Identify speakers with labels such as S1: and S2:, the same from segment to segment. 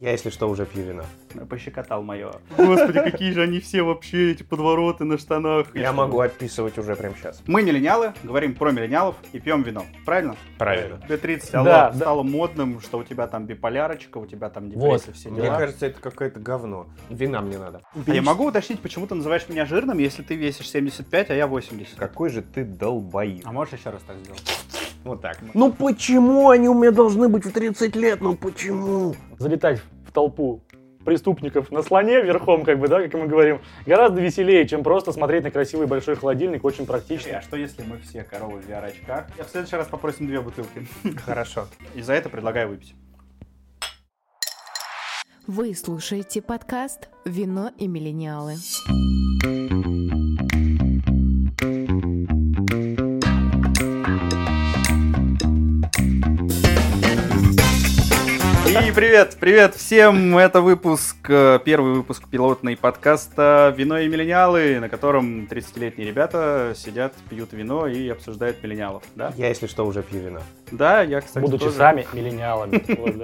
S1: Я, если что, уже пью вино.
S2: Э, Пощекотал мое. Господи, какие же они все вообще, эти подвороты на штанах.
S1: Я могу описывать уже прямо сейчас.
S2: Мы миллениалы, говорим про миллениалов и пьем вино. Правильно?
S1: Правильно.
S2: Т-30
S3: Да,
S2: алло,
S3: да.
S2: стало модным, что у тебя там биполярочка, у тебя там
S3: Вот.
S2: депрессия, все
S1: Э, Мне
S2: дела.
S1: кажется, это какое-то говно. Вина мне надо.
S2: А я могу уточнить, почему ты называешь меня жирным, если ты весишь 75, а я 80?
S1: Какой же ты долбоеб.
S2: А можешь еще раз так сделать?
S1: Вот так.
S4: Ну почему они у меня должны быть в 30 лет? Ну почему?
S3: Залетать в толпу преступников на слоне верхом, как бы, да, как мы говорим, гораздо веселее, чем просто смотреть на красивый большой холодильник, очень
S2: Слушай,
S3: практично.
S2: а что если мы все коровы в VR-очках? Я в следующий раз попросим две бутылки.
S1: Хорошо.
S2: И за это предлагаю выпить.
S5: Вы слушаете подкаст «Вино и миллениалы».
S2: И привет, привет всем! Это выпуск, э, первый выпуск пилотной подкаста «Вино и миллениалы», на котором 30-летние ребята сидят, пьют вино и обсуждают миллениалов, да?
S1: Я, если что, уже пью вино.
S2: Да, я, кстати,
S3: Будучи
S2: тоже.
S3: сами миллениалами. Вот,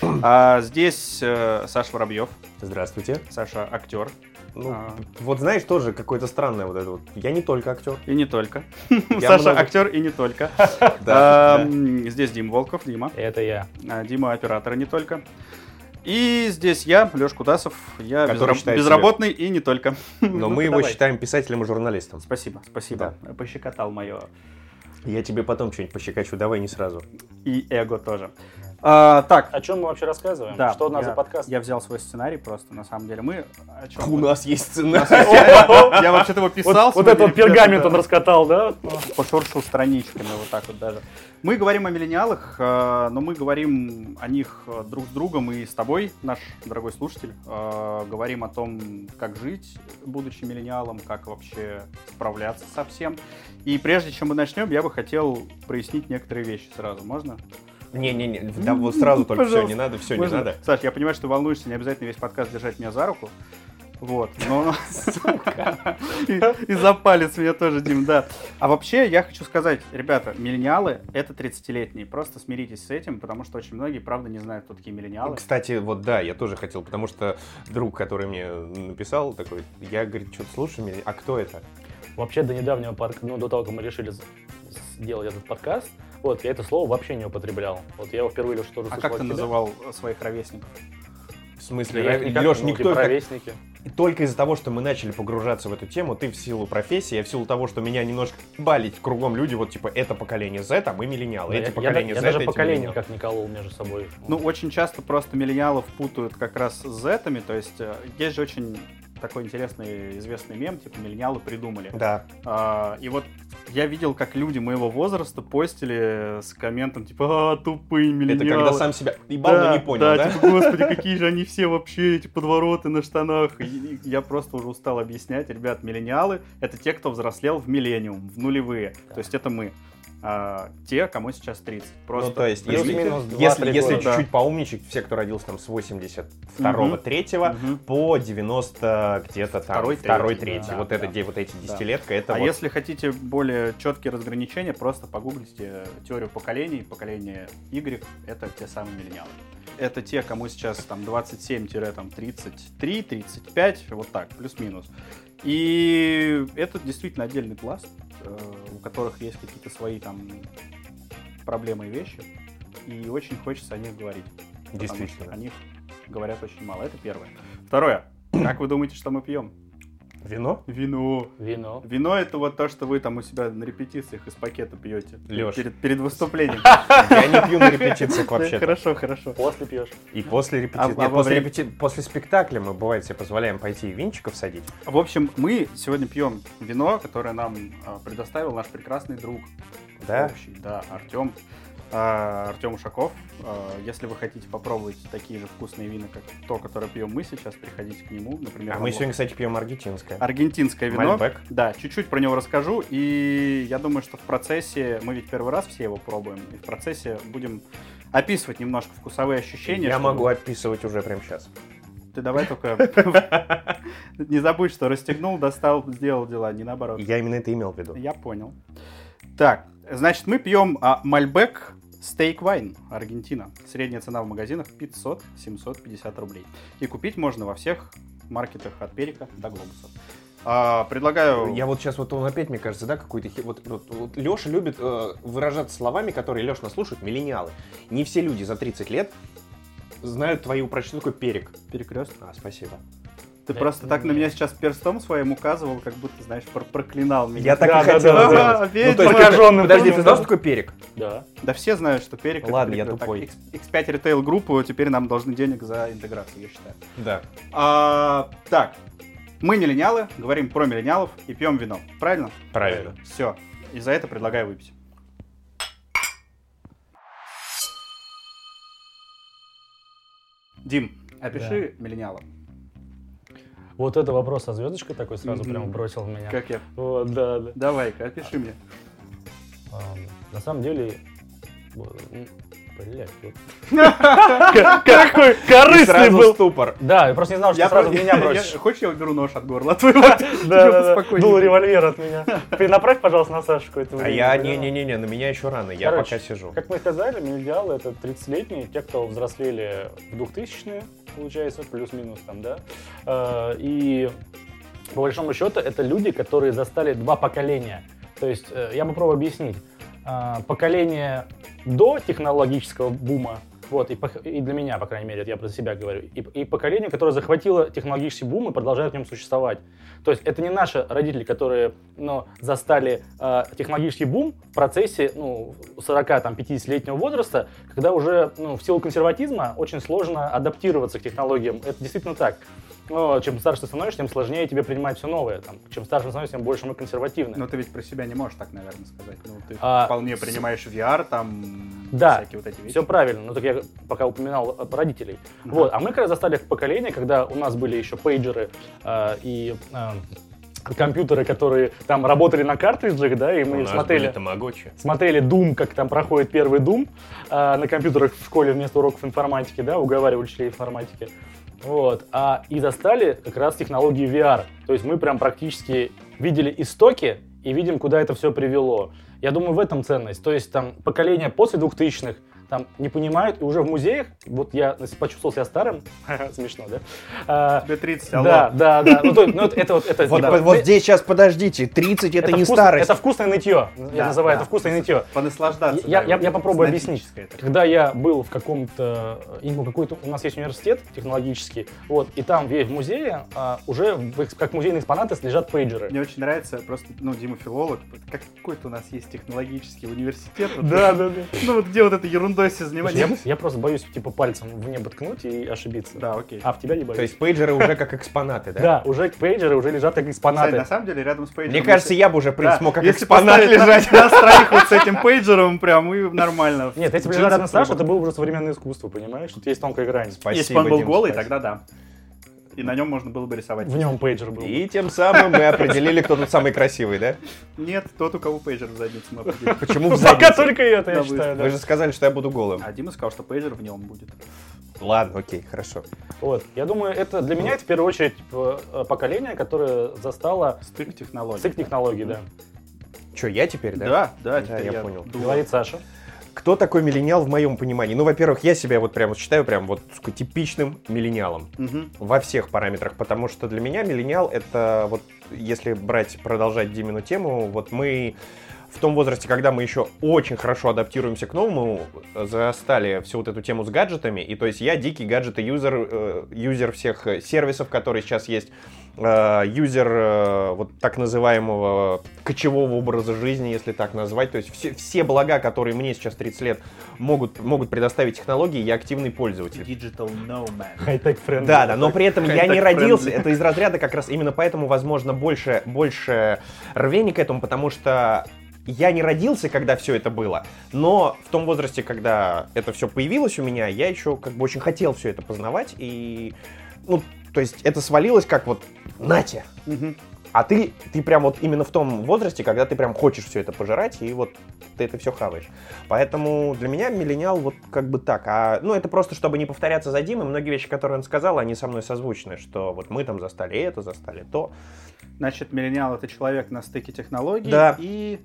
S3: да.
S2: А здесь э, Саша Воробьев,
S1: Здравствуйте.
S2: Саша актер,
S1: Ну,
S2: А.
S1: п- вот знаешь, тоже какое-то странное вот это вот. Я не только актер.
S2: и не только.
S1: Я
S2: Саша
S1: много-
S2: актер и не только.
S1: Да,
S2: А, м, Здесь Дим Волков, Дима.
S3: Это я.
S2: А, Дима оператора не только. И здесь я, Лёш Кудасов. Я
S1: Который
S2: безра-
S1: считает
S2: безработный и не только.
S1: Но мы его считаем писателем и журналистом.
S2: Спасибо, спасибо. Пощекотал мое
S1: Я тебе потом что-нибудь пощекочу, давай не сразу.
S2: и эго тоже. А, так,
S3: О чем мы вообще рассказываем?
S2: да.
S3: Что у нас
S2: я-
S3: за подкаст?
S2: Я взял свой сценарий просто, на самом деле. Мы о чём
S1: У
S2: мы?
S1: нас есть сценарий.
S2: Я вообще-то его
S3: Вот,
S2: писал.
S3: вот
S2: смотри,
S3: этот вот пергамент
S2: где-то
S3: он раскатал, да?
S2: Пошуршил страничками вот так вот даже. Мы говорим о миллениалах, э, но мы говорим о них э, друг с другом и с тобой, наш дорогой слушатель. Э, Говорим о том, как жить, будучи миллениалом, как вообще справляться со всем. И прежде чем мы начнем, я бы хотел прояснить некоторые вещи сразу. Можно?
S1: Не-не-не, да вот сразу только все,
S2: Пожалуйста.
S1: не надо, все, не
S2: Можно?
S1: надо.
S2: Саш, я понимаю, что ты волнуешься, не обязательно весь подкаст держать меня за руку. Вот, но... И и за палец меня тоже, Дим, да. А вообще, я хочу сказать, ребята, миллениалы — это 30-летние. Просто смиритесь с этим, потому что очень многие, правда, не знают, кто такие миллениалы.
S1: Ну, Кстати, вот да, я тоже хотел, потому что друг, который мне написал, такой, я, говорит, что-то слушаю меня, а кто это?
S3: Вообще до недавнего, пар- ну, до того, как мы решили с- сделать этот подкаст, вот, я это слово вообще не употреблял. Вот я его впервые лишь тоже
S2: А
S3: услышал
S2: как
S3: от
S2: ты
S3: тебя.
S2: называл э, своих ровесников?
S1: В смысле,
S3: Я
S1: Ра-
S3: их никак-
S1: Лёш,
S3: ну,
S1: никто...
S3: типа,
S1: так-
S3: ровесники.
S1: И Только из-за того, что мы начали погружаться в эту тему, ты в силу профессии, я в силу того, что меня немножко балить кругом люди, вот типа это поколение Z, а мы миллениалы,
S3: Да,
S1: эти
S3: я- я
S1: поколения
S3: да- я
S1: Z,
S3: даже
S1: эти
S3: поколение
S1: миллениалы.
S3: как не колол между собой.
S2: Ну, очень часто просто миллениалов путают как раз с зетами, то есть э, есть же очень такой интересный, известный мем, типа «миллениалы придумали».
S1: Да.
S2: А, и вот я видел, как люди моего возраста постили с комментом, типа, а, тупые
S1: Это
S2: миллениалы.
S1: когда сам себя ебал, но не понял, да?
S2: типа, господи, какие же они все вообще, эти подвороты на штанах. И- и я просто уже устал объяснять, ребят, миллениалы — это те, кто взрослел в миллениум, в нулевые. То есть это мы. А, те, кому сейчас 30. Просто
S1: ну, то есть, если,
S2: прикиньте.
S3: Плюс-минус
S1: если,
S3: 2-3
S1: если
S2: года.
S1: чуть-чуть поумничать, все, кто родился там с 82-го,
S2: Мгм.
S1: 3-го,
S2: Мгм.
S1: по 90 где-то там,
S2: Второй,
S1: второй,
S2: третий,
S1: третий.
S2: да,
S1: вот,
S2: да.
S1: это, де- вот эти десятилетка, это
S2: а
S1: вот
S2: если хотите более четкие разграничения, просто погуглите теорию поколений. Поколение Y — это те самые миллениалы. Это те, кому сейчас там 27-33, 35, вот так, плюс-минус. И это действительно отдельный пласт, э, у которых есть какие-то свои там проблемы и вещи. И очень хочется о них говорить. потому что
S1: действительно
S2: о них говорят очень мало. Это первое. Второе. Как вы думаете, что мы пьем?
S1: вино.
S2: Вино.
S3: Вино.
S2: Вино это вот то, что вы там у себя на репетициях из пакета пьете.
S1: Лёш.
S2: Перед, перед выступлением.
S1: Я не пью на репетициях
S2: Да,
S1: вообще.
S2: Хорошо, хорошо.
S3: После пьешь.
S1: И после
S2: А-
S1: репетиции.
S2: а во
S1: после,
S2: время-
S1: репети- после спектакля мы, бывает, себе позволяем пойти и винчиков садить.
S2: В общем, мы сегодня пьем вино, которое нам а, предоставил наш прекрасный друг.
S1: Да?
S2: Общий, да, Артем. Артем Ушаков. А, Если вы хотите попробовать такие же вкусные вина, как то, которое пьем мы сейчас, приходите к нему. Например,
S1: А
S2: он
S1: мы
S2: лов-
S1: сегодня, кстати, пьем аргентинское.
S2: аргентинское вино.
S1: Мальбек.
S2: Да, чуть-чуть про него расскажу, и я думаю, что в процессе, мы ведь первый раз все его пробуем, и в процессе будем описывать немножко вкусовые ощущения.
S1: Я
S2: чтобы-
S1: могу описывать уже прямо сейчас.
S2: Ты давай только не забудь, что расстегнул, достал, сделал дела, не наоборот.
S1: Я именно это имел в виду.
S2: Я понял. Так, значит, мы пьем а, Мальбек Стейк Вайн, Аргентина. Средняя цена в магазинах 500-750 рублей. И купить можно во всех маркетах от Перика до Глобуса. А, предлагаю...
S1: Я вот сейчас вот он опять, мне кажется, да, какой-то... хи- Вот, вот, вот Леша любит э, выражаться словами, которые Леша нас слушает, миллениалы. Не все люди за 30 лет знают твою прочту такой перек.
S2: Перекрест.
S1: А, спасибо.
S2: Ты просто так на меня сейчас перстом своим указывал, как будто, знаешь, пр- проклинал меня.
S1: Я так
S3: Да,
S1: и
S3: да,
S1: хотел
S3: да,
S1: сделать.
S3: да.
S1: Ну,
S2: опять
S1: то есть,
S2: же.
S3: Прокаженным,
S1: Подожди,
S3: помню,
S1: ты знаешь,
S3: да.
S1: что такое перек?
S3: Да.
S2: Да все знают, что Перик... это
S1: Ладно, я
S2: Перекрест. Так,
S1: тупой.
S2: X- X5 ритейл группу теперь нам должны денег за интеграцию, я считаю.
S1: Да.
S2: А, так, мы миллениалы, говорим про миллениалов и пьем вино. Правильно?
S1: Правильно.
S2: Все. И за это предлагаю выпить. Дим, опиши миллениала.
S3: Вот это вопрос со звездочкой такой сразу
S2: Мгм.
S3: прям бросил в меня.
S2: Как я?
S3: Вот, да, да.
S2: Давай-ка, опиши мне.
S3: Ам, На самом деле... Блять, Какой
S1: И
S3: корыстный
S1: сразу
S3: был!
S1: ступор.
S3: Да, я просто не знал, что ты сразу в
S2: про-
S3: меня
S2: я-
S3: бросишь.
S2: Хочешь, я уберу нож от горла твоего?
S3: Да,
S2: Чтоб
S3: да, да.
S2: спокойнее
S3: Дул
S2: было.
S3: револьвер от меня. Перенаправь, пожалуйста, на Сашку это
S1: А
S3: время,
S1: я,
S3: поняла?
S1: не-не-не, на меня еще рано, я
S3: Короче,
S1: пока сижу.
S3: Как мы сказали, миллениалы — это 30-летние, те, кто взрослели в 2000-е, получается, плюс-минус там, да. Э, И по большому счету это люди, которые застали два поколения. То есть э, я попробую объяснить. Э, Поколение до технологического бума, вот, и, пох- и для меня, по крайней мере, это я про себя говорю, и, и поколение, которое захватило технологический бум и продолжает в нем существовать. То есть это не наши родители, которые ну, застали э, технологический бум в процессе ну, 40-50-летнего возраста, когда уже ну, в силу консерватизма очень сложно адаптироваться к технологиям. Это действительно так. Но чем старше ты становишься, тем сложнее тебе принимать все новое. Там, чем старше ты становишься, тем больше мы консервативны.
S2: Но Ну, ты ведь про себя не можешь так, наверное, сказать. Ну, ты
S3: А,
S2: вполне
S3: с-
S2: принимаешь VR, там
S3: Да,
S2: всякие вот эти вещи.
S3: Все правильно, но так я пока упоминал э, про родителей.
S2: Мгм.
S3: Вот, а мы как раз застали поколение, когда у нас были еще пейджеры э, и э, компьютеры, которые там работали на картриджах, да, и мы смотрели.
S1: тамагочи.
S3: Смотрели Doom, как там проходит первый Doom э, на компьютерах в школе вместо уроков информатики, да, уговаривали учителей информатики. Вот. А и застали как раз технологии VR. То есть мы прям практически видели истоки и видим, куда это все привело. Я думаю, в этом ценность. То есть там поколение после 2000-х там не понимают, и уже в музеях, вот я почувствовал себя старым, смешно, да? А,
S2: Тебе 30, алло.
S3: Да, да, да. Ну, то есть, ну, это- это вот... это
S1: Вот,
S3: типа-
S1: вот- вот здесь сейчас подождите, 30 это, не
S3: вкус-
S1: старость.
S3: Это вкусное нытье. Я
S2: Да,
S3: называю
S2: да.
S3: это вкусное нытье.
S2: Понаслаждаться.
S3: Я-
S2: да,
S3: я-
S2: вот
S3: я
S2: это
S3: попробую
S2: знатическое такое.
S3: Когда я был в каком-то, э, не помню, какой-то, у нас есть университет технологический, вот, и там ве- в музее а, уже в экс- как музейные экспонаты лежат пейджеры.
S2: Мне очень нравится, просто, ну, Дима филолог, как какой-то у нас есть технологический университет. вот,
S3: да, да.
S2: Ну, вот где вот этой ерундой все
S3: Я,
S2: занимались.
S3: я просто боюсь, типа, пальцем в небо ткнуть и ошибиться.
S2: Да, окей.
S3: А в тебя не боюсь.
S1: То есть пейджеры уже как экспонаты, да?
S3: да, уже пейджеры уже лежат как экспонаты.
S2: Кстати, на самом деле рядом с пейджером...
S1: Мне кажется, я бы уже, в
S2: Да,
S1: принципе, мог как
S2: если
S1: экспонат
S2: поставить
S1: лежать.
S2: на- нас троих вот с этим пейджером, прям, и нормально.
S3: Нет, если бы
S2: Джинсы
S3: лежал рядом
S2: в
S3: Саша, это
S2: трубах.
S3: было бы уже современное искусство, понимаешь? Тут есть тонкая грань.
S2: Если бы он был
S1: Дим,
S2: голый,
S1: спасибо.
S2: тогда да. И на нем можно было бы рисовать.
S3: В нем пейджер был.
S1: И тем самым мы определили, кто тут самый красивый, да?
S2: Нет, тот, у кого пейджер в заднице мы определили.
S1: Почему в
S3: Ну, Пока
S1: задницу?
S3: только это,
S2: Да,
S3: я считаю, да.
S1: Вы же сказали, что я буду голым.
S2: А Дима сказал, что пейджер в нем будет.
S1: Ладно, окей, хорошо.
S3: Вот. Я думаю, это для меня это в первую очередь э, поколение, которое застало
S2: Стык технологий.
S3: стык технологий, да.
S1: Че, я теперь, да?
S2: Да, да,
S1: Да,
S2: теперь
S1: я понял.
S2: думаю.
S3: Говорит Саша.
S1: Кто такой миллениал в моем понимании? Ну, во-первых, я себя вот прям вот считаю прям вот сука, типичным миллениалом.
S2: Мгм.
S1: во всех параметрах, потому что для меня миллениал это вот, если брать, продолжать Димину тему, вот мы в том возрасте, когда мы еще очень хорошо адаптируемся к новому, э, застали всю вот эту тему с гаджетами, и то есть я дикий гаджеты-юзер, э, юзер всех э, сервисов, которые сейчас есть, э, юзер э, вот так называемого кочевого образа жизни, если так назвать, то есть все, все блага, которые мне сейчас 30 лет могут, могут предоставить технологии, я активный пользователь.
S2: Digital Nomad.
S3: Хай-тек френд.
S1: Да, ну, да, но при этом я не
S2: Хай-тек
S1: родился.
S2: friendly.
S1: Это из разряда как раз именно поэтому, возможно, больше, больше рвения к этому, потому что я не родился, когда все это было, но в том возрасте, когда это все появилось у меня, я еще как бы очень хотел все это познавать, и, ну, то есть это свалилось как вот «нате».
S2: Мгм.
S1: А ты, ты прям вот именно в том возрасте, когда ты прям хочешь все это пожирать, и вот ты это все хаваешь. Поэтому для меня миллениал вот как бы так. А, ну, это просто, чтобы не повторяться за Димой, многие вещи, которые он сказал, они со мной созвучны, что вот мы там застали это, застали то.
S2: Значит, миллениал это человек на стыке технологий
S1: Да.
S2: и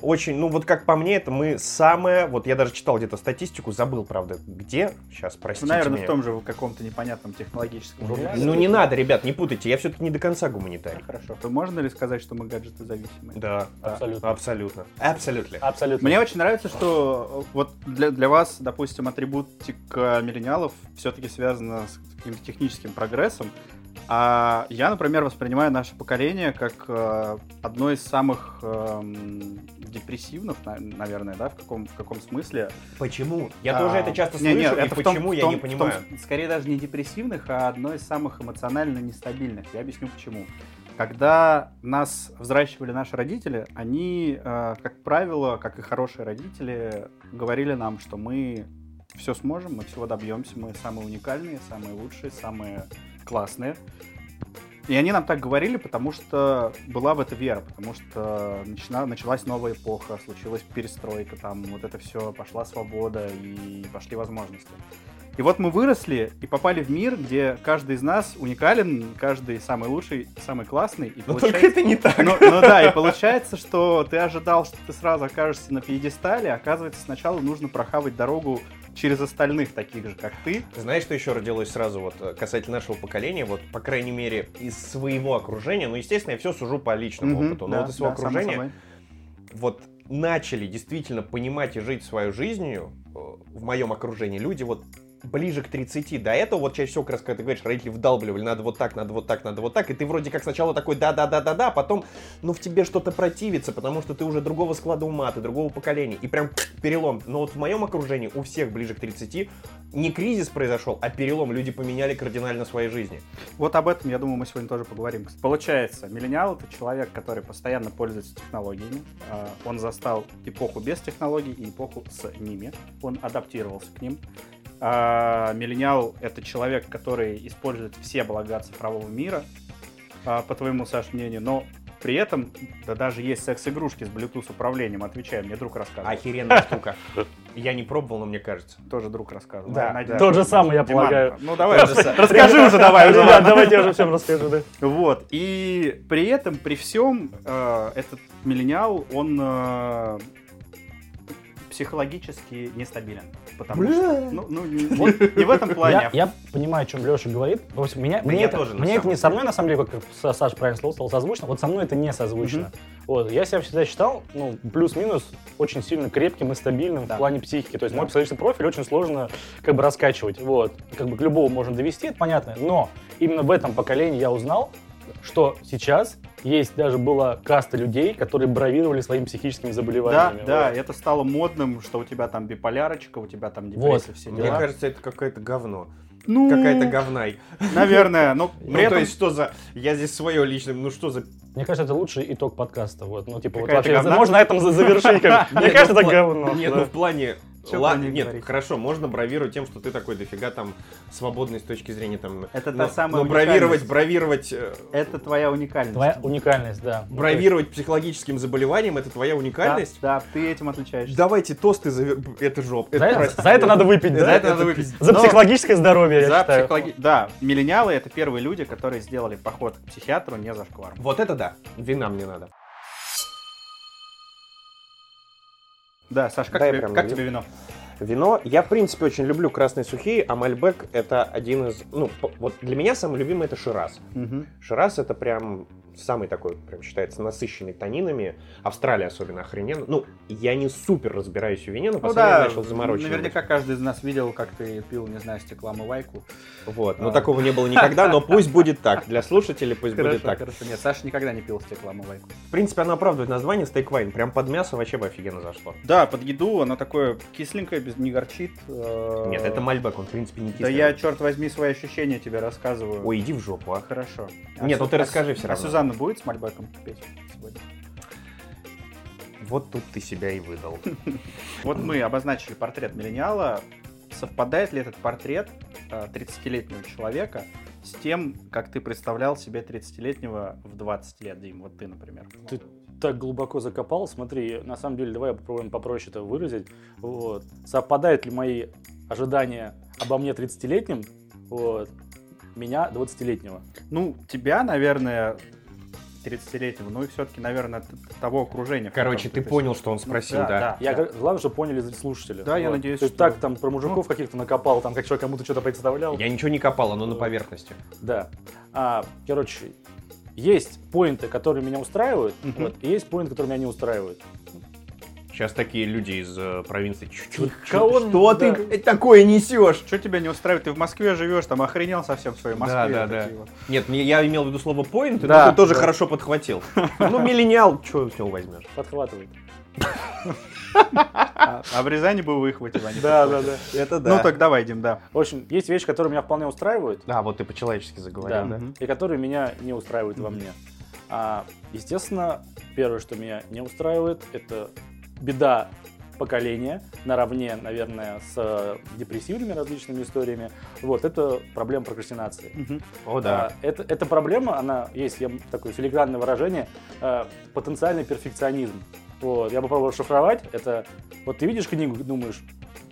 S1: Очень, ну вот как по мне, это мы самое, вот я даже читал где-то статистику, забыл, правда, где, сейчас, простите
S2: Наверное, в
S1: меня.
S2: том же каком-то непонятном технологическом
S3: Журнале?
S2: журнале.
S1: Ну не надо, ребят, не путайте, я все-таки не до конца гуманитарий.
S2: Хорошо. То можно ли сказать, что мы гаджеты зависимы?
S1: Да,
S3: Абсолютно.
S1: абсолютно. Абсолютно.
S3: Абсолютно.
S2: Мне очень нравится, что э, вот для, для вас, допустим, атрибутика миллениалов все-таки связана с каким-то техническим прогрессом. А я, например, воспринимаю наше поколение как э, одно из самых эм, депрессивных, на- наверное, да, в каком, в каком смысле.
S1: Почему? Я
S2: А,
S1: тоже это часто
S2: не, не,
S1: слышу, и
S2: это в том-
S1: почему
S2: в
S1: я
S2: том-
S1: не
S2: в том,
S1: понимаю.
S2: скорее даже не депрессивных, а одно из самых эмоционально нестабильных. Я объясню почему. Когда нас взращивали наши родители, они, э, как правило, как и хорошие родители, говорили нам, что мы все сможем, мы всего добьемся, мы самые уникальные, самые лучшие, самые классные. И они нам так говорили, потому что была в это вера, потому что начина- началась новая эпоха, случилась перестройка, там вот это все, пошла свобода и пошли возможности. И вот мы выросли и попали в мир, где каждый из нас уникален, каждый самый лучший, самый классный. И
S1: Но
S2: получается-
S1: Ну, только это не так.
S2: ну, ну да, и получается, что ты ожидал, что ты сразу окажешься на пьедестале, а оказывается, сначала нужно прохавать дорогу через остальных таких же, как ты.
S1: Знаешь, что еще родилось сразу вот э, касательно нашего поколения, вот, по крайней мере, из своего окружения, ну, естественно, я все сужу по личному
S2: Мгм,
S1: опыту, но
S2: да,
S1: вот из своего
S2: да, само
S1: окружения,
S2: собой.
S1: вот начали действительно понимать и жить свою жизнью э, в моем окружении люди вот ближе к 30. До этого вот чаще всего, как раз, когда ты говоришь, родители вдалбливали, надо вот так, надо вот так, надо вот так, и ты вроде как сначала такой да-да-да-да-да, а потом, ну, в тебе что-то противится, потому что ты уже другого склада ума, ты другого поколения, и прям перелом. Но вот в моем окружении у всех ближе к 30 не кризис произошел, а перелом. Люди поменяли кардинально свои жизни.
S2: Вот об этом, я думаю, мы сегодня тоже поговорим. Получается, миллениал — это человек, который постоянно пользуется технологиями. Э, Он застал эпоху без технологий и эпоху с ними. Он адаптировался к ним. А, Миллениал — это человек, который использует все блага цифрового мира, а, по твоему, Саш, мнению, но при этом, да даже есть секс-игрушки с Bluetooth-управлением, отвечай, мне друг рассказывал.
S1: Охеренная штука. Я не пробовал, но мне кажется.
S2: Тоже друг рассказывал.
S1: Да,
S2: Надя-
S3: то же самое, я полагаю.
S2: Ну давай, расскажи
S3: Ребята,
S2: уже, давай, уже,
S3: Ребят,
S2: ладно.
S3: давайте я уже всем расскажу, да.
S2: Вот, и при этом, при всем, э, этот миллениал, он э, психологически нестабилен. Потому что...
S3: Бля.
S2: Ну, ну, не, вот не в этом плане,
S3: Я,
S2: а в-
S3: я понимаю, о чем Леша говорит. В общем, меня,
S1: Да
S3: мне
S1: я
S3: это,
S1: тоже, на
S3: мне это
S1: самом
S3: не со мной, на самом деле, как Са- Саша правильно слово сказал, созвучно. Вот со мной это не созвучно.
S2: Мгм.
S3: Вот, я себя всегда считал, ну, плюс-минус, очень сильно крепким и стабильным
S2: Да.
S3: в плане психики. То есть
S2: Да.
S3: мой психологический профиль очень сложно как бы раскачивать. Вот, как бы к любому можно довести, это понятно. Но именно в этом поколении я узнал, что сейчас есть даже была каста людей, которые бравировали своими психическими
S2: Да,
S3: заболеваниями.
S2: да,
S3: Вот.
S2: это стало модным, что у тебя там биполярочка, у тебя там
S3: Вот.
S2: депрессия, все
S1: Мне
S2: дела.
S1: кажется, это какое-то говно.
S2: ну,
S1: Какая-то говнай.
S2: Наверное, но
S1: Ну,
S2: при
S1: то
S2: этом...
S1: есть, что за... Я здесь свое личное... Ну, что за...
S3: Мне кажется, это лучший итог подкаста. Вот, ну, типа, вот
S2: Какая-то
S3: вообще,
S2: говна.
S3: можно на этом за- завершить. как бы. Мне
S1: Нет, ну,
S3: кажется,
S1: в
S3: это
S1: пла-
S3: говно.
S1: Нет,
S3: да.
S1: ну, в плане...
S2: Чё
S1: Ладно,
S2: про них
S1: нет,
S2: говорить?
S1: хорошо, можно бравировать тем, что ты такой дофига там свободный с точки зрения там...
S2: Это
S1: но-
S2: та самая
S1: Но бравировать,
S2: уникальность.
S1: бравировать... э,
S2: Это твоя уникальность.
S3: Твоя уникальность, да. Ну, то есть-
S1: Бравировать психологическим заболеванием, это твоя
S2: Да,
S1: уникальность?
S2: да, ты этим отличаешься.
S1: Давайте тосты за... Это жоп.
S3: За это-
S1: простите.
S3: за это надо выпить,
S1: За
S3: да?
S1: это надо выпить.
S3: За
S2: Но-
S3: психологическое здоровье, я
S2: За
S3: считаю.
S2: психологи- Да, миллениалы — это первые люди, которые сделали поход к психиатру не за шкваром.
S1: Вот это да. Вина мне надо.
S2: Да, Саш, как,
S1: Да, я
S2: тебе,
S1: прям
S2: как
S1: люблю.
S2: тебе вино?
S1: Вино. Я, в принципе, очень люблю красные сухие, а Мальбек это один из... Ну, по- вот для меня самый любимый это Шираз. Шираз это прям самый такой, прям считается, насыщенный тонинами. Австралия особенно охрененно. Ну, я не супер разбираюсь в вине, но
S2: Ну
S1: последнее
S2: да,
S1: начал заморочивать.
S2: наверняка каждый из нас видел, как ты пил, не знаю, стеклом и вайку.
S1: Вот, но
S2: А.
S1: такого не было никогда, но пусть будет так. Для слушателей пусть будет так.
S2: хорошо. Нет, Саша никогда не пил стеклом и вайку.
S1: В принципе, она оправдывает название стейк-вайн. Прям под мясо вообще бы офигенно зашло.
S2: Да, под еду оно такое кисленькое, без- не горчит. э,
S1: Нет, это Мальбек, он, в принципе, не кислый.
S2: Да я, черт возьми, свои ощущения тебе рассказываю.
S1: Ой, иди в жопу, а.
S2: Хорошо.
S1: Нет, ну ты
S2: Су-
S1: расскажи всё
S2: а
S1: равно.
S2: Сюзанна будет с Мальбеком петь сегодня?
S1: Вот тут ты себя и выдал.
S2: Вот мы обозначили портрет миллениала. Совпадает ли этот портрет э, 30-летнего человека с тем, как ты представлял себе 30-летнего в 20 лет, Дим? Вот ты, например.
S3: Ты так глубоко закопал, смотри, на самом деле, давай я попробуем попроще это выразить. Вот. Совпадают ли мои ожидания обо мне 30-летним, вот, меня 20-летнего?
S2: Ну, тебя, наверное, 30-летнего, ну и все-таки, наверное, т- того окружения. в
S1: Короче,
S2: котором
S1: ты
S2: то есть-
S1: понял, что он спросил,
S2: да,
S1: да.
S2: да.
S3: Я,
S2: да.
S3: говорю, главное, что поняли слушатели.
S2: Да, я надеюсь,
S3: Ты
S2: что- Ну.
S3: так там про мужиков каких-то накопал, там как человек кому-то что-то представлял.
S1: Я ничего не копал, оно на поверхности.
S3: Да. А, короче, есть поинты, которые меня устраивают,
S2: Мгм.
S3: вот, и есть поинты, которые меня не устраивают.
S1: Сейчас такие люди из э, провинции. «Чё- чё-
S3: Кого-
S1: Что
S3: да.
S1: ты блядь, такое несешь?
S2: Что тебя не устраивает? Ты в Москве живешь, там охренел совсем в своей Москве.
S1: да, да.
S2: такие вот.
S1: Нет, мне- я имел в виду слово point,
S3: Да,
S1: но ты тоже
S3: да.
S1: хорошо подхватил. Ну, миллениал, что все возьмешь?
S3: Подхватывает.
S2: А, а в Рязани бы выхватил, а не подходит.
S3: да.
S1: Это
S2: Ну так давай, Дим, да.
S3: В общем, есть вещи, которые меня вполне устраивают,
S1: Да, вот ты по-человечески заговорил,
S3: да,
S1: да?
S3: и которые меня не устраивают во мне. А, естественно, первое, что меня не устраивает, это беда поколения наравне, наверное, с э, депрессивными различными историями. Вот, это проблема прокрастинации.
S2: Мгм.
S1: О, да.
S3: А, это, эта проблема, она есть, я м- такое филигранное выражение, э, потенциальный перфекционизм. Вот, я попробовал шифровать. Это вот ты видишь книгу, и думаешь,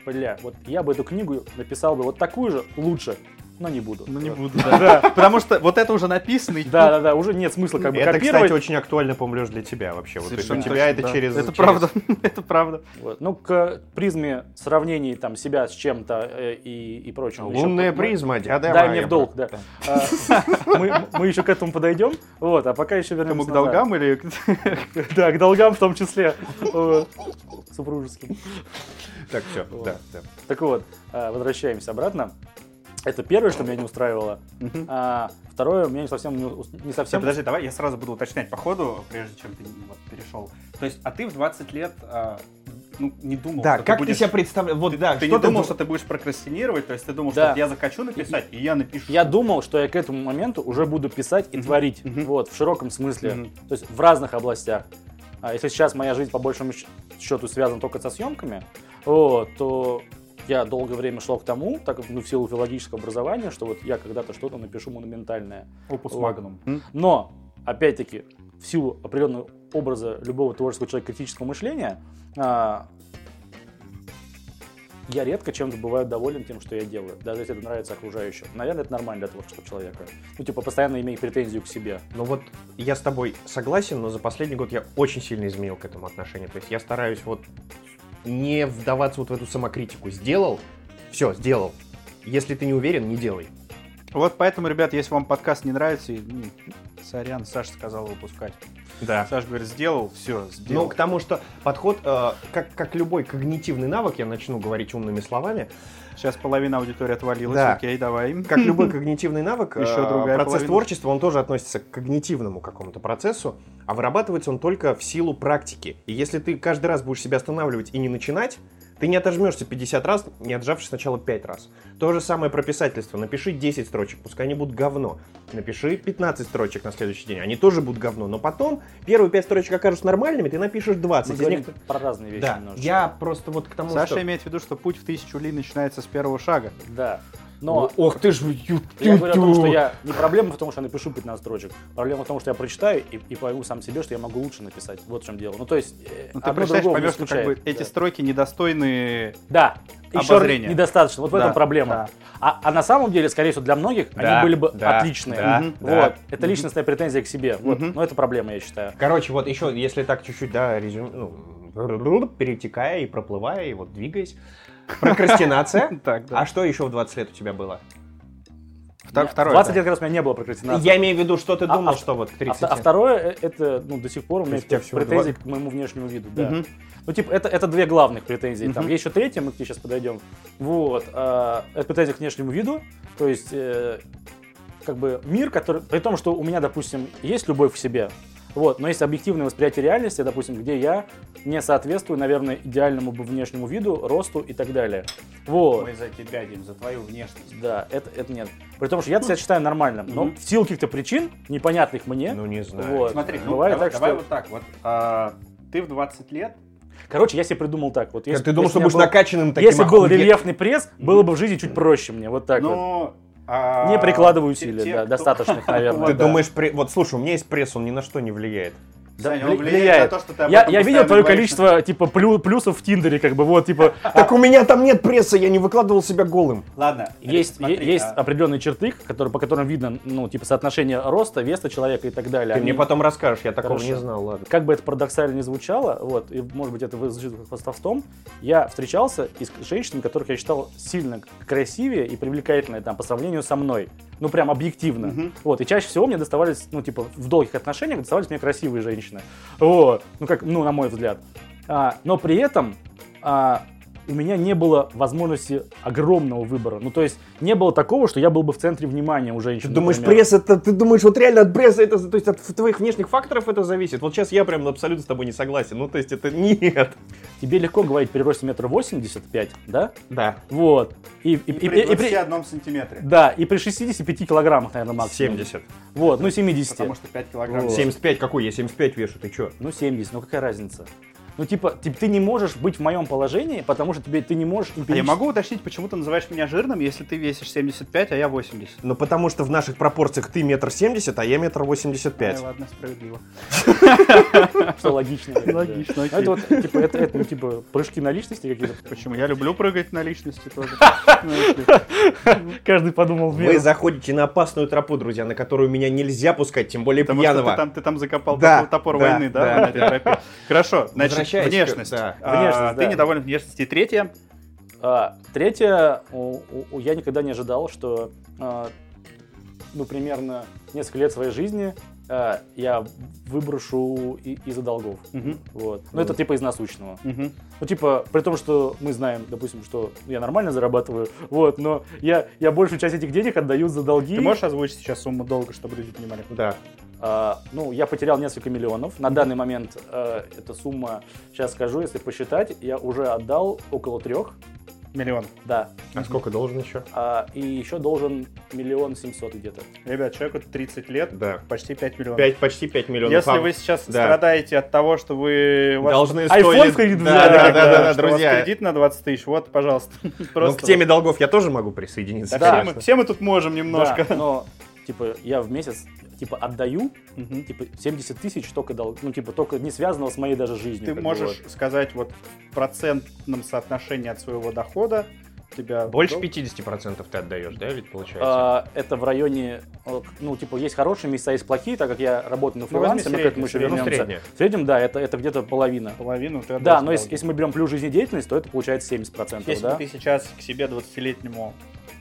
S3: бля, вот я бы эту книгу написал бы вот такую же лучше, но не буду.
S2: Ну не
S3: Вот.
S2: буду, да. Потому что вот это уже написано. и
S3: Да, да, да, уже нет смысла как бы
S1: это,
S3: копировать.
S1: кстати, очень актуально, по-моему, Лёш, для тебя вообще. Вот у тебя
S2: Совершенно
S1: это
S2: точно, да.
S1: через...
S2: Это
S1: через-
S2: правда, это правда.
S3: Вот. Ну, к призме сравнений там себя с чем-то э, и, и прочим.
S1: Лунная
S3: призма.
S1: призма, диадема.
S3: Дай мне в
S1: Эбра.
S3: долг, да. А, Мы, мы еще к этому подойдем, вот, а пока еще вернемся
S2: Кому к
S3: назад.
S2: долгам или...
S3: Да, к долгам в том числе. вот, Супружеским.
S1: Так, все, да, да.
S3: Так вот, а, возвращаемся обратно. Это первое, что меня не устраивало.
S2: Мгм.
S3: А второе, меня не совсем не, ус- не
S2: Всё, Э,
S3: совсем.
S2: подожди, давай я сразу буду уточнять по ходу, прежде чем ты вот перешел. То есть, а ты в 20 лет а, ну, не думал,
S1: Да,
S2: что
S1: как а ты
S2: будешь...
S1: себя представляешь? Вот, да,
S2: Ты
S1: что
S2: не думал,
S1: ду-
S2: что ты будешь прокрастинировать, то есть ты думал,
S3: Да.
S2: что вот я захочу написать, и я напишу.
S3: Я думал, что я к этому моменту уже буду писать и
S2: Мгм,
S3: творить.
S2: мгм.
S3: Вот, в широком смысле.
S2: Мгм.
S3: То есть в разных областях. А если сейчас моя жизнь по большому щ- счету связана только со съемками, вот, то я долгое время шел к тому, так как ну, в силу филологического образования, что вот я когда-то что-то напишу монументальное.
S2: Опус
S3: Вот.
S2: Magnum. М?
S3: Но, опять-таки, в силу определенного образа любого творческого человека критического мышления, а, я редко чем-то бываю доволен тем, что я делаю, даже если это нравится окружающим. Наверное, это нормально для творческого человека. Ну, типа, постоянно имею претензию к себе.
S1: Ну вот я с тобой согласен, но за последний год я очень сильно изменил к этому отношение. То есть я стараюсь вот не вдаваться вот в эту самокритику. Сделал, все, сделал. Если ты не уверен, не делай.
S2: Вот поэтому, ребят, если вам подкаст не нравится, и, ну, сорян, Саша сказал выпускать.
S1: Да.
S2: Саша говорит, сделал, все, сделал.
S1: Ну, к тому, что подход, э, как, как любой когнитивный навык, я начну говорить умными словами,
S2: Сейчас половина аудитории отвалилась,
S1: Да.
S2: окей, давай.
S1: как любой когнитивный навык, э,
S2: Ещё другая
S1: процесс
S2: половина.
S1: творчества, он тоже относится к когнитивному какому-то процессу, а вырабатывается он только в силу практики. И если ты каждый раз будешь себя останавливать и не начинать, ты не отожмешься 50 раз, не отжавшись сначала 5 раз. То же самое про писательство. Напиши 10 строчек, пускай они будут говно. Напиши 15 строчек на следующий день, они тоже будут говно. Но потом первые 5 строчек окажутся нормальными, ты напишешь 20.
S3: Мы
S1: Из
S3: говорим
S1: них-
S3: про разные вещи
S1: Да,
S3: немножечко.
S1: я просто вот к тому,
S2: Саша
S1: что...
S2: имеет в виду, что путь в тысячу ли начинается с первого шага.
S3: Да. Но
S1: Ох ты ж...
S2: Ну,
S3: я говорю о том, что я... Не проблема в том, что я напишу 15 строчек. Проблема в том, что я прочитаю и, и пойму сам себе, что я могу лучше написать. Вот в чем дело. Ну, то есть... э,
S2: Ну, ты
S3: одно
S2: представляешь,
S3: другого не
S2: поймешь, что как бы
S3: исключает.
S2: эти
S3: Да.
S2: строки недостойны...
S3: Да. Еще
S2: Обозрение.
S3: недостаточно. Вот в
S2: Да,
S3: этом проблема.
S2: да.
S3: А, а на самом деле, скорее всего, для многих
S1: Да,
S3: они были бы
S1: да,
S3: отличные.
S1: да,
S3: Мгм.
S1: да.
S3: вот. Это личностная претензия к себе. Вот.
S2: Мгм.
S3: Но это проблема, я считаю.
S1: Короче, вот еще, если так чуть-чуть, да, резюм, ну, перетекая и проплывая, и вот двигаясь. Прокрастинация.
S2: Так, да.
S1: А что еще в 20 лет у тебя было?
S2: Втор-
S3: Я-
S2: второе,
S3: 20
S2: да.
S3: лет как раз у меня не было прокрастинации.
S1: Я имею в виду, что ты
S3: А-
S1: думал,
S3: а-
S1: что вот к
S3: А,
S1: 30.
S3: а второе, э, это ну, до сих пор у меня
S1: есть у тебя
S3: есть
S1: всего
S3: претензии к моему внешнему виду. Да.
S2: Мгм.
S3: Ну, типа, это, это две главных претензии. Там
S2: Мгм.
S3: есть еще третья, мы к ней сейчас подойдем. Вот. а, это претензия к внешнему виду. То есть, э, как бы мир, который... При том, что у меня, допустим, есть любовь к себе, вот, но есть объективное восприятие реальности, допустим, где я не соответствую, наверное, идеальному бы внешнему виду, росту и так далее. Вот.
S2: Мы за тебя, Дим, за твою внешность.
S3: Да, это, это нет. При том, что я
S1: Хм.
S3: себя считаю нормальным, но
S2: Мгм.
S3: в силу каких-то причин, непонятных мне,
S1: Ну, не знаю.
S3: Вот.
S2: Смотри, ну,
S3: Бывает
S2: давай,
S3: так,
S2: давай
S3: что-
S2: вот так вот. А, ты в 20 лет,
S3: короче, я себе придумал так. Вот,
S1: Ты думал, что
S3: у меня
S1: будешь
S3: был-
S1: накачанным таким Ну,
S3: Если был
S1: охуенно-
S3: рельефный пресс, было бы в жизни чуть проще мне, вот так вот.
S2: но... а,
S3: Не прикладываю
S2: те-
S3: усилий,
S2: те,
S3: да,
S2: кто-
S3: достаточных,
S1: Ты
S3: наверное. да.
S1: думаешь, при- вот слушай, у меня есть пресс, он ни на что не влияет.
S3: Да,
S2: Саня,
S3: вли-
S2: он влияет,
S3: влияет.
S2: на то, что ты об
S3: Я,
S2: этом
S3: я видел
S2: постоянно
S3: твое
S2: говоришь.
S3: количество, типа, плю- плюсов в Тиндере, как бы, вот, типа,
S1: Так у меня там нет пресса, я не выкладывал себя голым.
S2: Ладно.
S3: есть,
S2: смотри,
S3: е- есть
S2: а,
S3: определенные черты, которые, по которым видно, ну, типа, соотношение роста, веса человека и так далее.
S1: Ты мне
S3: Они-
S1: потом расскажешь, я такого
S3: Хорошо.
S1: не знал, ладно.
S3: Как бы это парадоксально не звучало, вот, и, может быть, это звучит как хвостовством, я встречался и с женщинами, которых я считал сильно красивее и привлекательнее, там, по сравнению со мной. Ну, прям объективно.
S2: Мгм.
S3: Вот, и чаще всего мне доставались, ну, типа, в долгих отношениях доставались мне красивые женщины. Вот, ну, как, ну, на мой взгляд. А, но при этом а, у меня не было возможности огромного выбора. Ну, то есть, не было такого, что я был бы в центре внимания у
S1: Ты
S3: женщин.
S1: думаешь,
S3: например.
S1: пресс это, ты думаешь, вот реально от пресса это, то есть от твоих внешних факторов это зависит? Вот сейчас я прям абсолютно с тобой не согласен, ну то есть это нет.
S3: Тебе легко говорить при росте метра восемьдесят пять, да?
S1: Да,
S3: Вот. И, и-
S2: и
S3: и-
S2: при
S3: и- и при-
S2: 21 сантиметре.
S3: Да, и при 65 килограммах, наверное, максимум.
S1: 70.
S3: Вот, ну 70.
S2: Потому что 5 килограмм.
S3: Вот.
S1: 75, какой я 75 вешу, ты чё?
S3: Ну 70, ну какая разница? Ну типа, типа, ты не можешь быть в моем положении, потому что тебе, ты не можешь
S2: А я
S3: эмпирически-
S2: могу уточнить, почему ты называешь меня жирным, если ты весишь 75, а я 80?
S1: Ну потому что в наших пропорциях ты метр семьдесят, а я метр восемьдесят
S2: Ай,
S1: пять.
S2: ладно, справедливо.
S3: что логично. да.
S2: Логично, окей.
S3: Ну, Это вот, типа, это, это, ну, типа, прыжки на личности какие-то.
S2: Почему? Я люблю прыгать на личности тоже.
S3: Каждый подумал в
S1: Вы заходите на опасную тропу, друзья, на которую меня нельзя пускать, тем более
S2: Потому что
S1: пьяного.
S2: ты там, ты там закопал
S1: Да,
S2: топор- топор
S1: да,
S2: войны, да?
S1: да,
S2: на этой тропе? Хорошо, значит,
S1: Возвращаясь к-
S2: внешность.
S1: да.
S2: А,
S3: Внешность,
S2: Ты
S3: да.
S2: недоволен внешностью. И третье,
S3: А, третье, у- у- у- я никогда не ожидал, что, а, ну, примерно несколько лет своей жизни а, я выброшу и- из-за долгов.
S2: Мгм.
S3: Вот. Ну, это типа из насущного.
S2: Мгм.
S3: Ну, типа, при том, что мы знаем, допустим, что я нормально зарабатываю, вот, но я, я большую часть этих денег отдаю за долги.
S2: Ты можешь озвучить сейчас сумму долга, чтобы люди понимали?
S1: Да.
S3: А, ну, я потерял несколько миллионов. На данный момент э, эта сумма, сейчас скажу, если посчитать, я уже отдал около трех,
S2: Миллион.
S3: да.
S1: А сколько должен еще?
S3: А, и еще должен миллион семьсот где-то.
S2: Ребят, человеку 30 лет,
S1: Да.
S2: почти 5 миллионов.
S1: Пять, почти 5 миллионов.
S2: Если
S1: А
S2: вы сейчас
S1: да.
S2: страдаете от того, что вы... у вас-
S1: должны
S3: iPhone
S1: стоили-
S3: в
S1: Да,
S3: кредит взяли,
S1: да, да,
S2: когда-
S1: да, да,
S2: что у вас
S1: друзья.
S2: кредит на 20 тысяч, вот, пожалуйста.
S1: Ну,
S2: Просто
S1: к теме долгов я тоже могу присоединиться.
S2: Да,
S3: Да.
S2: Все, мы, все мы тут можем немножко.
S3: Да, но, типа, я в месяц, типа, отдаю,
S2: Мгм.
S3: типа, 70 тысяч только долг, ну, типа, только не связанного с моей даже жизнью.
S1: Типа
S2: Ты
S3: как бы,
S2: можешь сказать вот в процентном соотношении от своего дохода у тебя...
S1: Больше
S2: дол-
S1: 50% ты отдаешь, да, ведь получается?
S3: А, это в районе, э, ну, типа, есть хорошие места, есть плохие, так как я работаю на
S2: Ну, возьми
S3: фрилансе, мы к
S2: среднее,
S3: этому еще
S2: среднее.
S1: Ну,
S3: вернемся.
S1: среднее.
S3: В среднем, да, это, это где-то половина.
S2: Половину ты
S3: Да,
S2: отдаёшь
S3: но если,
S2: налоги.
S3: если мы берем плюс жизнедеятельность, то это получается 70%,
S2: Если
S3: да?
S2: бы ты сейчас к себе 20-летнему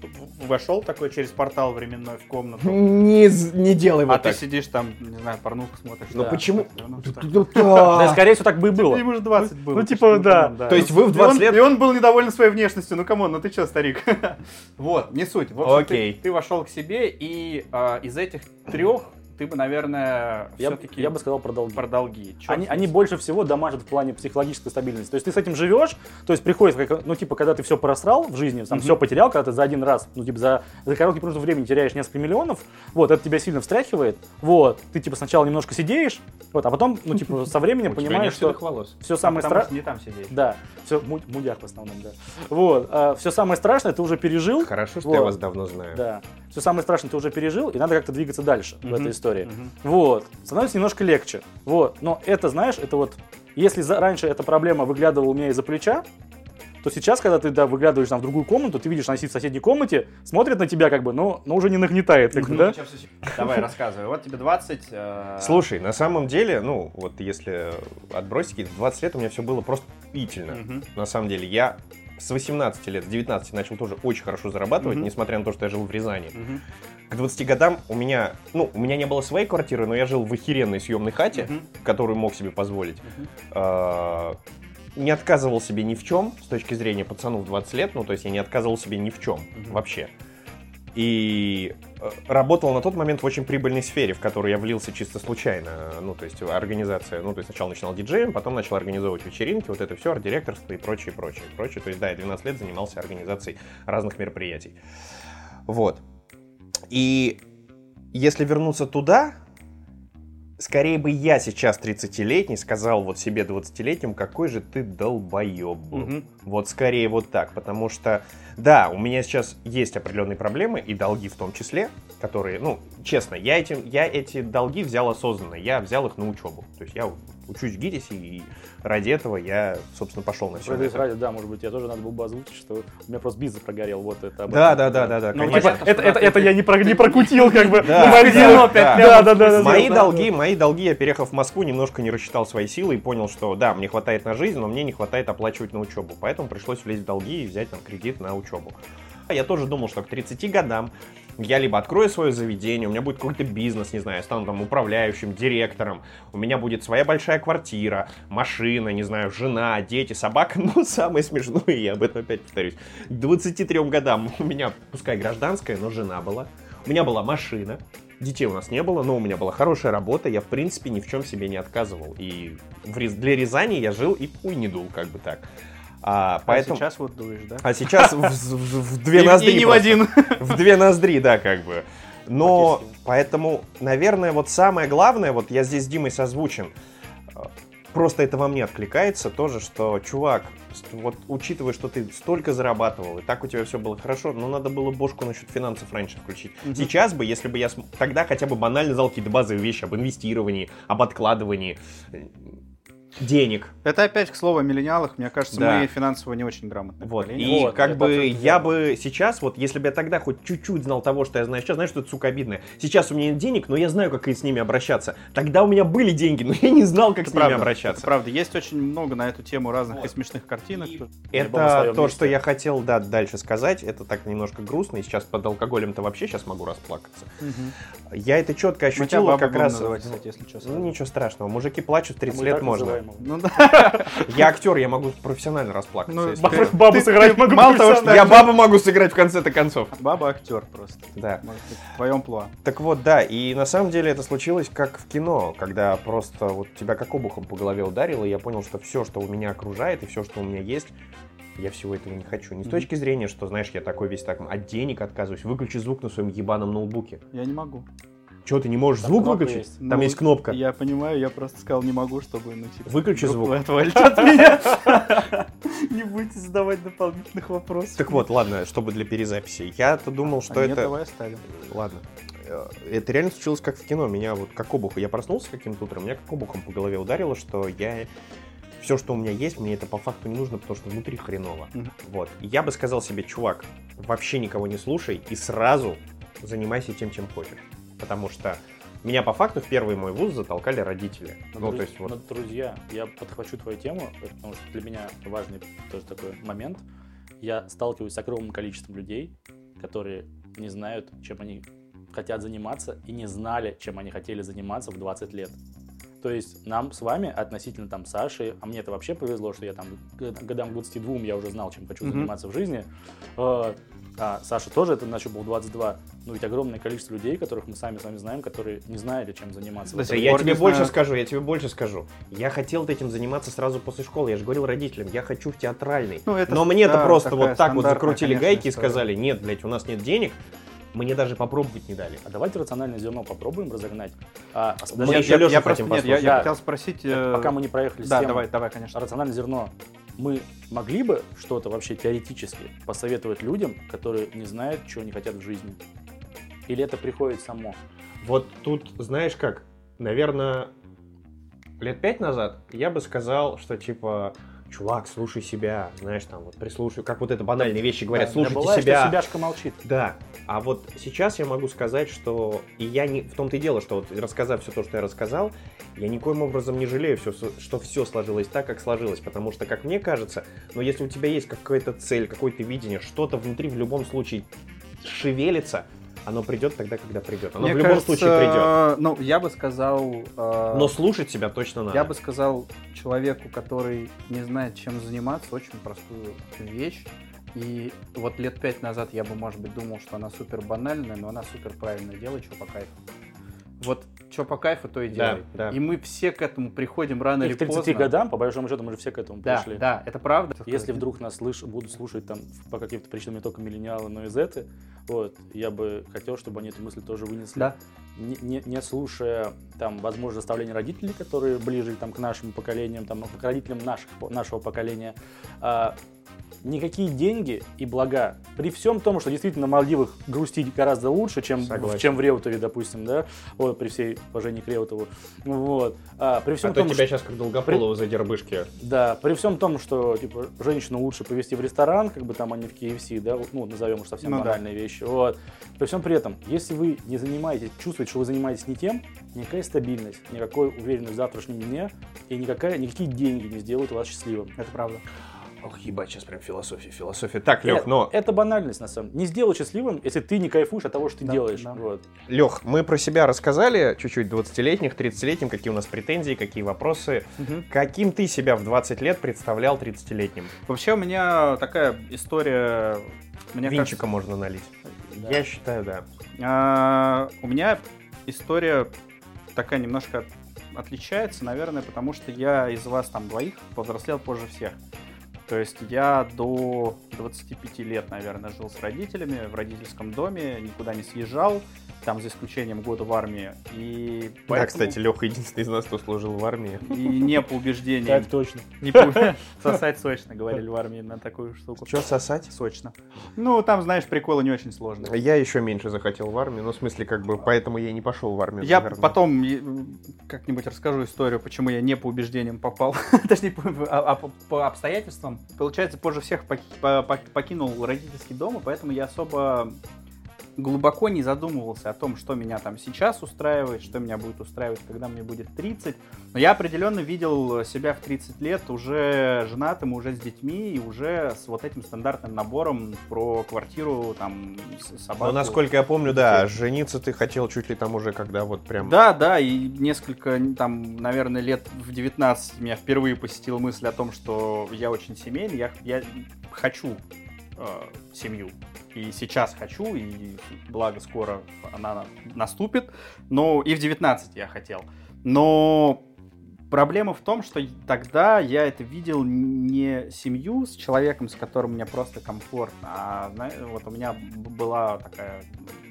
S2: в- вошел такой через портал временной в
S3: Ну,
S2: комнату,
S1: Не, з- не делай
S2: а
S1: вот
S2: ты
S1: так.
S2: сидишь там, не знаю, порнуху смотришь.
S1: Ну
S3: Да.
S1: почему?
S2: Ну, что? А.
S3: Да,
S1: Да,
S3: скорее всего, так бы и было.
S2: Ему же 20 было.
S3: ну, типа, да.
S2: камон,
S1: То есть вы в 20
S2: и он,
S1: лет-
S2: И он был недоволен своей внешностью. Ну, камон, ну ты че, старик? вот, не суть. В общем,
S1: Окей.
S2: Ты, ты вошел к себе, и а, из этих трех ты бы, наверное,
S3: Я, б-
S2: все-таки
S3: я бы сказал про долги.
S2: про долги. Чёрт
S3: Они,
S2: с
S3: они
S2: ним.
S3: больше всего дамажат в плане психологической стабильности. То есть ты с этим живешь, то есть приходит, как, ну, типа, когда ты все просрал в жизни, там,
S2: Мгм.
S3: все потерял, когда ты за один раз, ну, типа, за, за короткий промежуток времени теряешь несколько миллионов, вот, это тебя сильно встряхивает, вот, ты, типа, сначала немножко сидеешь, вот, а потом, ну, типа, со временем понимаешь, что
S1: волос.
S3: все
S2: А
S3: самое
S2: потому
S3: страшное...
S2: что не там сидишь.
S3: Да, все, мудях в основном, да. Вот, все самое страшное ты уже пережил,
S1: Хорошо, что
S3: Вот.
S1: я вас давно знаю.
S3: Да. Все самое страшное ты уже пережил, и надо как-то двигаться дальше в
S2: Мгм.
S3: этой истории.
S2: Мгм.
S3: Вот. Становится немножко легче. Вот. Но это, знаешь, это вот... Если за- раньше эта проблема выглядывала у меня из-за плеча, то сейчас, когда ты да, выглядываешь там, в другую комнату, ты видишь, она сидит в соседней комнате, смотрит на тебя как бы, но, но уже не нагнетает. Как
S2: Ну,
S3: бы, да?
S2: Давай, рассказывай. Вот тебе 20. э,
S1: Слушай, на самом деле, ну, вот если отбросить, какие-то 20 лет у меня все было просто пительно.
S2: Мгм.
S1: На самом деле, я с 18 лет, с 19 начал тоже очень хорошо зарабатывать,
S2: Мгм.
S1: несмотря на то, что я жил в Рязани.
S2: Мгм.
S1: К 20 годам у меня, ну, у меня не было своей квартиры, но я жил в охеренной съемной хате,
S2: Мгм.
S1: которую мог себе позволить.
S2: Мгм.
S1: А, Не отказывал себе ни в чем с точки зрения пацану в 20 лет, ну, то есть я не отказывал себе ни в чем
S2: Мгм.
S1: вообще. И э, работал на тот момент в очень прибыльной сфере, в которую я влился чисто случайно. Ну, то есть организация, ну, то есть сначала начинал диджеем, потом начал организовывать вечеринки, вот это все, арт-директорство и прочее, прочее, прочее. То есть, да, я 12 лет занимался организацией разных мероприятий. Вот. И если вернуться туда, скорее бы я сейчас 30-летний сказал вот себе 20-летним, какой же ты долбоеб был.
S2: Мгм.
S1: Вот скорее вот так, потому что, да, у меня сейчас есть определенные проблемы, и долги в том числе, которые, ну, честно, я, этим, я эти долги взял осознанно, я взял их на учебу. То есть я учусь в ГИДИСе, и ради этого я, собственно, пошел на все
S3: Ради, ради, да, может быть, я тоже надо было бы озвучить, что у меня просто бизнес прогорел, вот это. об
S1: Да,
S3: этом.
S1: да, да, да, да.
S2: Ну,
S1: конечно.
S3: Типа,
S2: Понятно, что
S3: это, это,
S2: да,
S3: это
S2: ты-
S3: я не, про- не прокутил, как бы.
S1: Да,
S3: на
S1: да,
S3: казино,
S1: да.
S3: Да, да, да. да,
S1: Мои
S3: да,
S1: долги, мои долги я, переехав в Москву, немножко не рассчитал свои силы и понял, что да, мне хватает на жизнь, но мне не хватает оплачивать на учебу. Поэтому пришлось влезть в долги и взять там кредит на учебу. А Я тоже думал, что к 30 годам я либо открою свое заведение, у меня будет какой-то бизнес, не знаю, я стану там управляющим, директором, у меня будет своя большая квартира, машина, не знаю, жена, дети, собака, но самое смешное, я об этом опять повторюсь, к 23 годам у меня, пускай гражданская, но жена была, у меня была машина, Детей у нас не было, но у меня была хорошая работа, я, в принципе, ни в чем себе не отказывал. И в Рез- для Рязани я жил и пуй не дул, как бы так. А, поэтому...
S2: А сейчас вот дуешь, да?
S1: А сейчас в, в- в две
S2: И-
S1: ноздри
S2: И не в
S1: просто.
S2: один.
S1: В две ноздри, да, как бы. Но
S2: Фактически.
S1: поэтому, наверное, вот самое главное, вот я здесь с Димой созвучен, э, просто это во мне откликается тоже, что, чувак, с- вот учитывая, что ты столько зарабатывал, и так у тебя все было хорошо, но надо было бошку насчет финансов раньше включить.
S2: Мгм.
S1: Сейчас бы, если бы я см- тогда хотя бы банально знал какие-то базовые вещи об инвестировании, об откладывании э, денег.
S2: Это опять к слову о миллениалах. Мне кажется,
S1: Да.
S2: мы финансово не очень грамотны.
S1: Вот. И
S3: Вот,
S1: как
S3: это
S1: бы
S3: абсолютно
S1: я
S3: верно.
S1: бы сейчас, вот если бы я тогда хоть чуть-чуть знал того, что я знаю сейчас, знаешь, что это, сука, обидно. Сейчас у меня нет денег, но я знаю, как с ними обращаться. Тогда у меня были деньги, но я не знал, как
S2: Это
S1: с ними обращаться.
S2: это правда. Есть очень много на эту тему разных и смешных картинок.
S3: Я был на
S1: Это
S3: своем
S1: то,
S3: месте.
S1: что я хотел, да, дальше сказать. Это так немножко грустно, и сейчас под алкоголем-то вообще сейчас могу расплакаться.
S2: Мгм.
S1: Я это четко
S2: Мы тебя
S1: ощутил а
S2: бабой
S1: как
S2: будем
S1: раз...
S2: называть, кстати, если честно.
S1: Ну, ничего страшного, мужики плачут, в 30
S3: Мы
S1: лет
S3: так
S1: можно.
S3: называем его.
S2: Ну да.
S1: Я актер, я могу профессионально расплакаться.
S2: Ну,
S1: если
S2: баб-
S1: честно.
S3: Бабу
S2: Ты-
S3: сыграть
S2: ты
S3: могу
S2: мало того,
S3: профессионально.
S2: что-
S1: Я бабу могу сыграть в конце-то концов.
S2: Баба актер просто.
S1: Да.
S2: Может быть, в твоем плане.
S1: Так вот, да, и на самом деле это случилось как в кино, когда просто вот тебя как обухом по голове ударило, и я понял, что все, что у меня окружает, и все, что у меня есть, я всего этого не хочу. Не с
S2: Мгм.
S1: точки зрения, что, знаешь, я такой весь так, от денег отказываюсь, выключи звук на своем ебаном ноутбуке.
S2: Я не могу.
S1: Чего ты не можешь
S3: Там
S1: звук
S3: кнопка
S1: выключить?
S3: есть.
S1: Там
S2: Ну,
S1: есть кнопка.
S2: Я понимаю, я просто сказал, не могу, чтобы... ну, типа,
S1: Выключи
S2: вдруг
S1: звук.
S2: вы отвалите от меня. Не будете задавать дополнительных вопросов.
S1: Так вот, ладно, чтобы для перезаписи. Я-то думал, что
S2: А нет,
S1: это...
S2: давай оставим.
S1: Ладно. Э, Это реально случилось как в кино. Меня вот как обуху. Я проснулся каким-то утром, меня как обухом по голове ударило, что я... Все, что у меня есть, мне это по факту не нужно, потому что внутри хреново.
S2: Мгм.
S1: Вот. И Я бы сказал себе, чувак, вообще никого не слушай и сразу занимайся тем, чем хочешь. Потому что меня по факту в первый мой вуз затолкали родители. Ну, то есть вот...
S3: Но, друзья, я подхвачу твою тему, потому что для меня важный тоже такой момент. Я сталкиваюсь с огромным количеством людей, которые не знают, чем они хотят заниматься, и не знали, чем они хотели заниматься в 20 лет. То есть нам с вами относительно там Саши, а мне это вообще повезло, что я там к годам к 22 я уже знал, чем хочу
S2: Мгм.
S3: заниматься в жизни. Э, А Саша тоже это нащупал в 22. Ну ведь огромное количество людей, которых мы сами с вами знаем, которые не знали, чем заниматься. в
S2: Да,
S3: этом
S1: Да
S2: сих
S1: я
S2: пор
S1: тебе
S2: не
S1: больше
S2: знаю.
S1: скажу, я тебе больше скажу. Я хотел этим заниматься сразу после школы. Я же говорил родителям, я хочу в театральный.
S2: Ну, это-
S1: Но мне-то
S2: да,
S1: просто
S2: такая
S1: вот так вот
S2: стандартная,
S1: закрутили
S2: конечно,
S1: гайки и
S2: история.
S1: сказали, нет, блядь, у нас нет денег. Мне даже попробовать не дали.
S3: А давайте рациональное зерно попробуем разогнать. А, а
S1: Мы
S3: подожди,
S1: еще Лёшу хотим
S2: нет, я- я
S3: послушать.
S2: хотел спросить... э,
S3: пока мы не проехали с
S2: Да,
S3: темой,
S2: давай, давай, конечно.
S3: рациональное зерно, мы могли бы что-то вообще теоретически посоветовать людям, которые не знают, чего они хотят в жизни? Или это приходит само?
S1: Вот тут, знаешь как, наверное, лет пять назад я бы сказал, что типа, чувак, слушай себя, знаешь, там вот прислушай, как вот это банальные вещи говорят,
S2: Да,
S1: слушайте
S3: да бывает,
S1: себя,
S3: что себяшка молчит.
S1: Да, а вот сейчас я могу сказать, что и я не в том-то и дело, что вот рассказав все то, что я рассказал, я никоим образом не жалею, всё со- что все сложилось так, как сложилось, потому что, как мне кажется, но если у тебя есть какая-то цель, какое-то видение, что-то внутри в любом случае шевелится, оно придет тогда, когда
S3: ну,
S1: придет. Оно
S2: Мне
S1: в любом
S2: кажется,
S1: случае придет.
S2: э, Ну, я бы сказал... э,
S3: Ну,
S1: Но слушать себя точно надо.
S2: Я бы сказал человеку, который не знает, чем заниматься, очень простую вещь. И вот лет пять назад я бы, может быть, думал, что она супер банальная, но она супер правильная. Делай, что по кайфу. Вот что по кайфу, то и
S1: Да,
S2: делай.
S1: да.
S2: И мы все к этому приходим рано
S3: И
S2: или
S3: к 30
S2: поздно.
S3: годам, по большому счету, мы же все к этому
S2: Да,
S3: пришли.
S2: да, это правда.
S3: Если вдруг нас слыш- будут слушать там по каким-то причинам не только миллениалы, но и зеты, вот, я бы хотел, чтобы они эту мысль тоже вынесли.
S2: Да.
S3: Не, не- не слушая там, возможно, заставления родителей, которые ближе там, к нашим поколениям, там, ну, к родителям наших, нашего поколения, а, никакие деньги и блага, при всем том, что действительно на Мальдивах грустить гораздо лучше, чем, в,
S1: Согласен.
S3: чем в Реутове, допустим, да, вот, при всей уважении к Реутову, вот, А, при всем
S1: а то
S3: том,
S1: тебя
S3: что-
S1: сейчас как Долгополова за дербышки.
S3: да, при всем том, что типа женщину лучше повезти в ресторан, как бы там, а не в KFC, да, ну, назовем уж совсем
S2: Ну да.
S3: банальные вещи. Вот. При всем при этом, если вы не занимаетесь, чувствуете, что вы занимаетесь не тем, никакая стабильность, никакой уверенность в завтрашнем дне и никакая, никакие деньги не сделают вас счастливым.
S2: Это правда.
S1: Ох, ебать, сейчас прям философия, философия. Э, Так, Лех,
S3: Нет,
S1: но...
S3: Это банальность, на самом деле. Не сделай счастливым, если ты не кайфуешь от того, что ты
S2: Да,
S3: делаешь.
S2: да.
S3: Вот.
S1: Лех, мы про себя рассказали чуть-чуть 20-летних, 30-летним, какие у нас претензии, какие вопросы. Каким ты себя в 20 лет представлял 30-летним?
S2: Вообще у меня такая история... Мне
S1: Винчика можно налить.
S3: Да.
S1: Я считаю, да.
S2: А, У меня история такая немножко отличается, наверное, потому что я из вас там двоих повзрослел позже всех. То есть я до 25 лет, наверное, жил с родителями в родительском доме, никуда не съезжал, там за исключением года в армии. И
S1: Да,
S2: поэтому-
S1: кстати, Леха единственный из нас, кто служил в армии.
S2: и не по убеждениям,
S3: Так точно.
S2: не по- сосать сочно, говорили в армии на такую штуку.
S1: Че сосать?
S2: Сочно. Ну, там, знаешь, приколы не очень сложные.
S1: Я еще меньше захотел в армию, ну, в смысле, как бы, поэтому я и не пошел в армию.
S2: Я
S1: наверное.
S2: потом э, как-нибудь расскажу историю, почему я не по убеждениям попал, точнее, по, а- а по- по обстоятельствам. Получается, позже всех пок- по- пок- покинул родительский дом, и поэтому я особо глубоко не задумывался о том, что меня там сейчас устраивает, что меня будет устраивать, когда мне будет 30. Но я определенно видел себя в 30 лет уже женатым, уже с детьми и уже с вот этим стандартным набором про квартиру, там, с- собаку.
S1: Ну, насколько я помню, да, жениться ты хотел чуть ли там уже, когда вот прям...
S2: Да, да, и несколько, там, наверное, лет в 19 меня впервые посетила мысль о том, что я очень семейный, я, я хочу э, семью. И сейчас хочу, и благо скоро она на- наступит. Но и в 19 я хотел. Но проблема в том, что тогда я это видел не семью с человеком, с которым мне просто комфортно, а зна- вот у меня б- была такая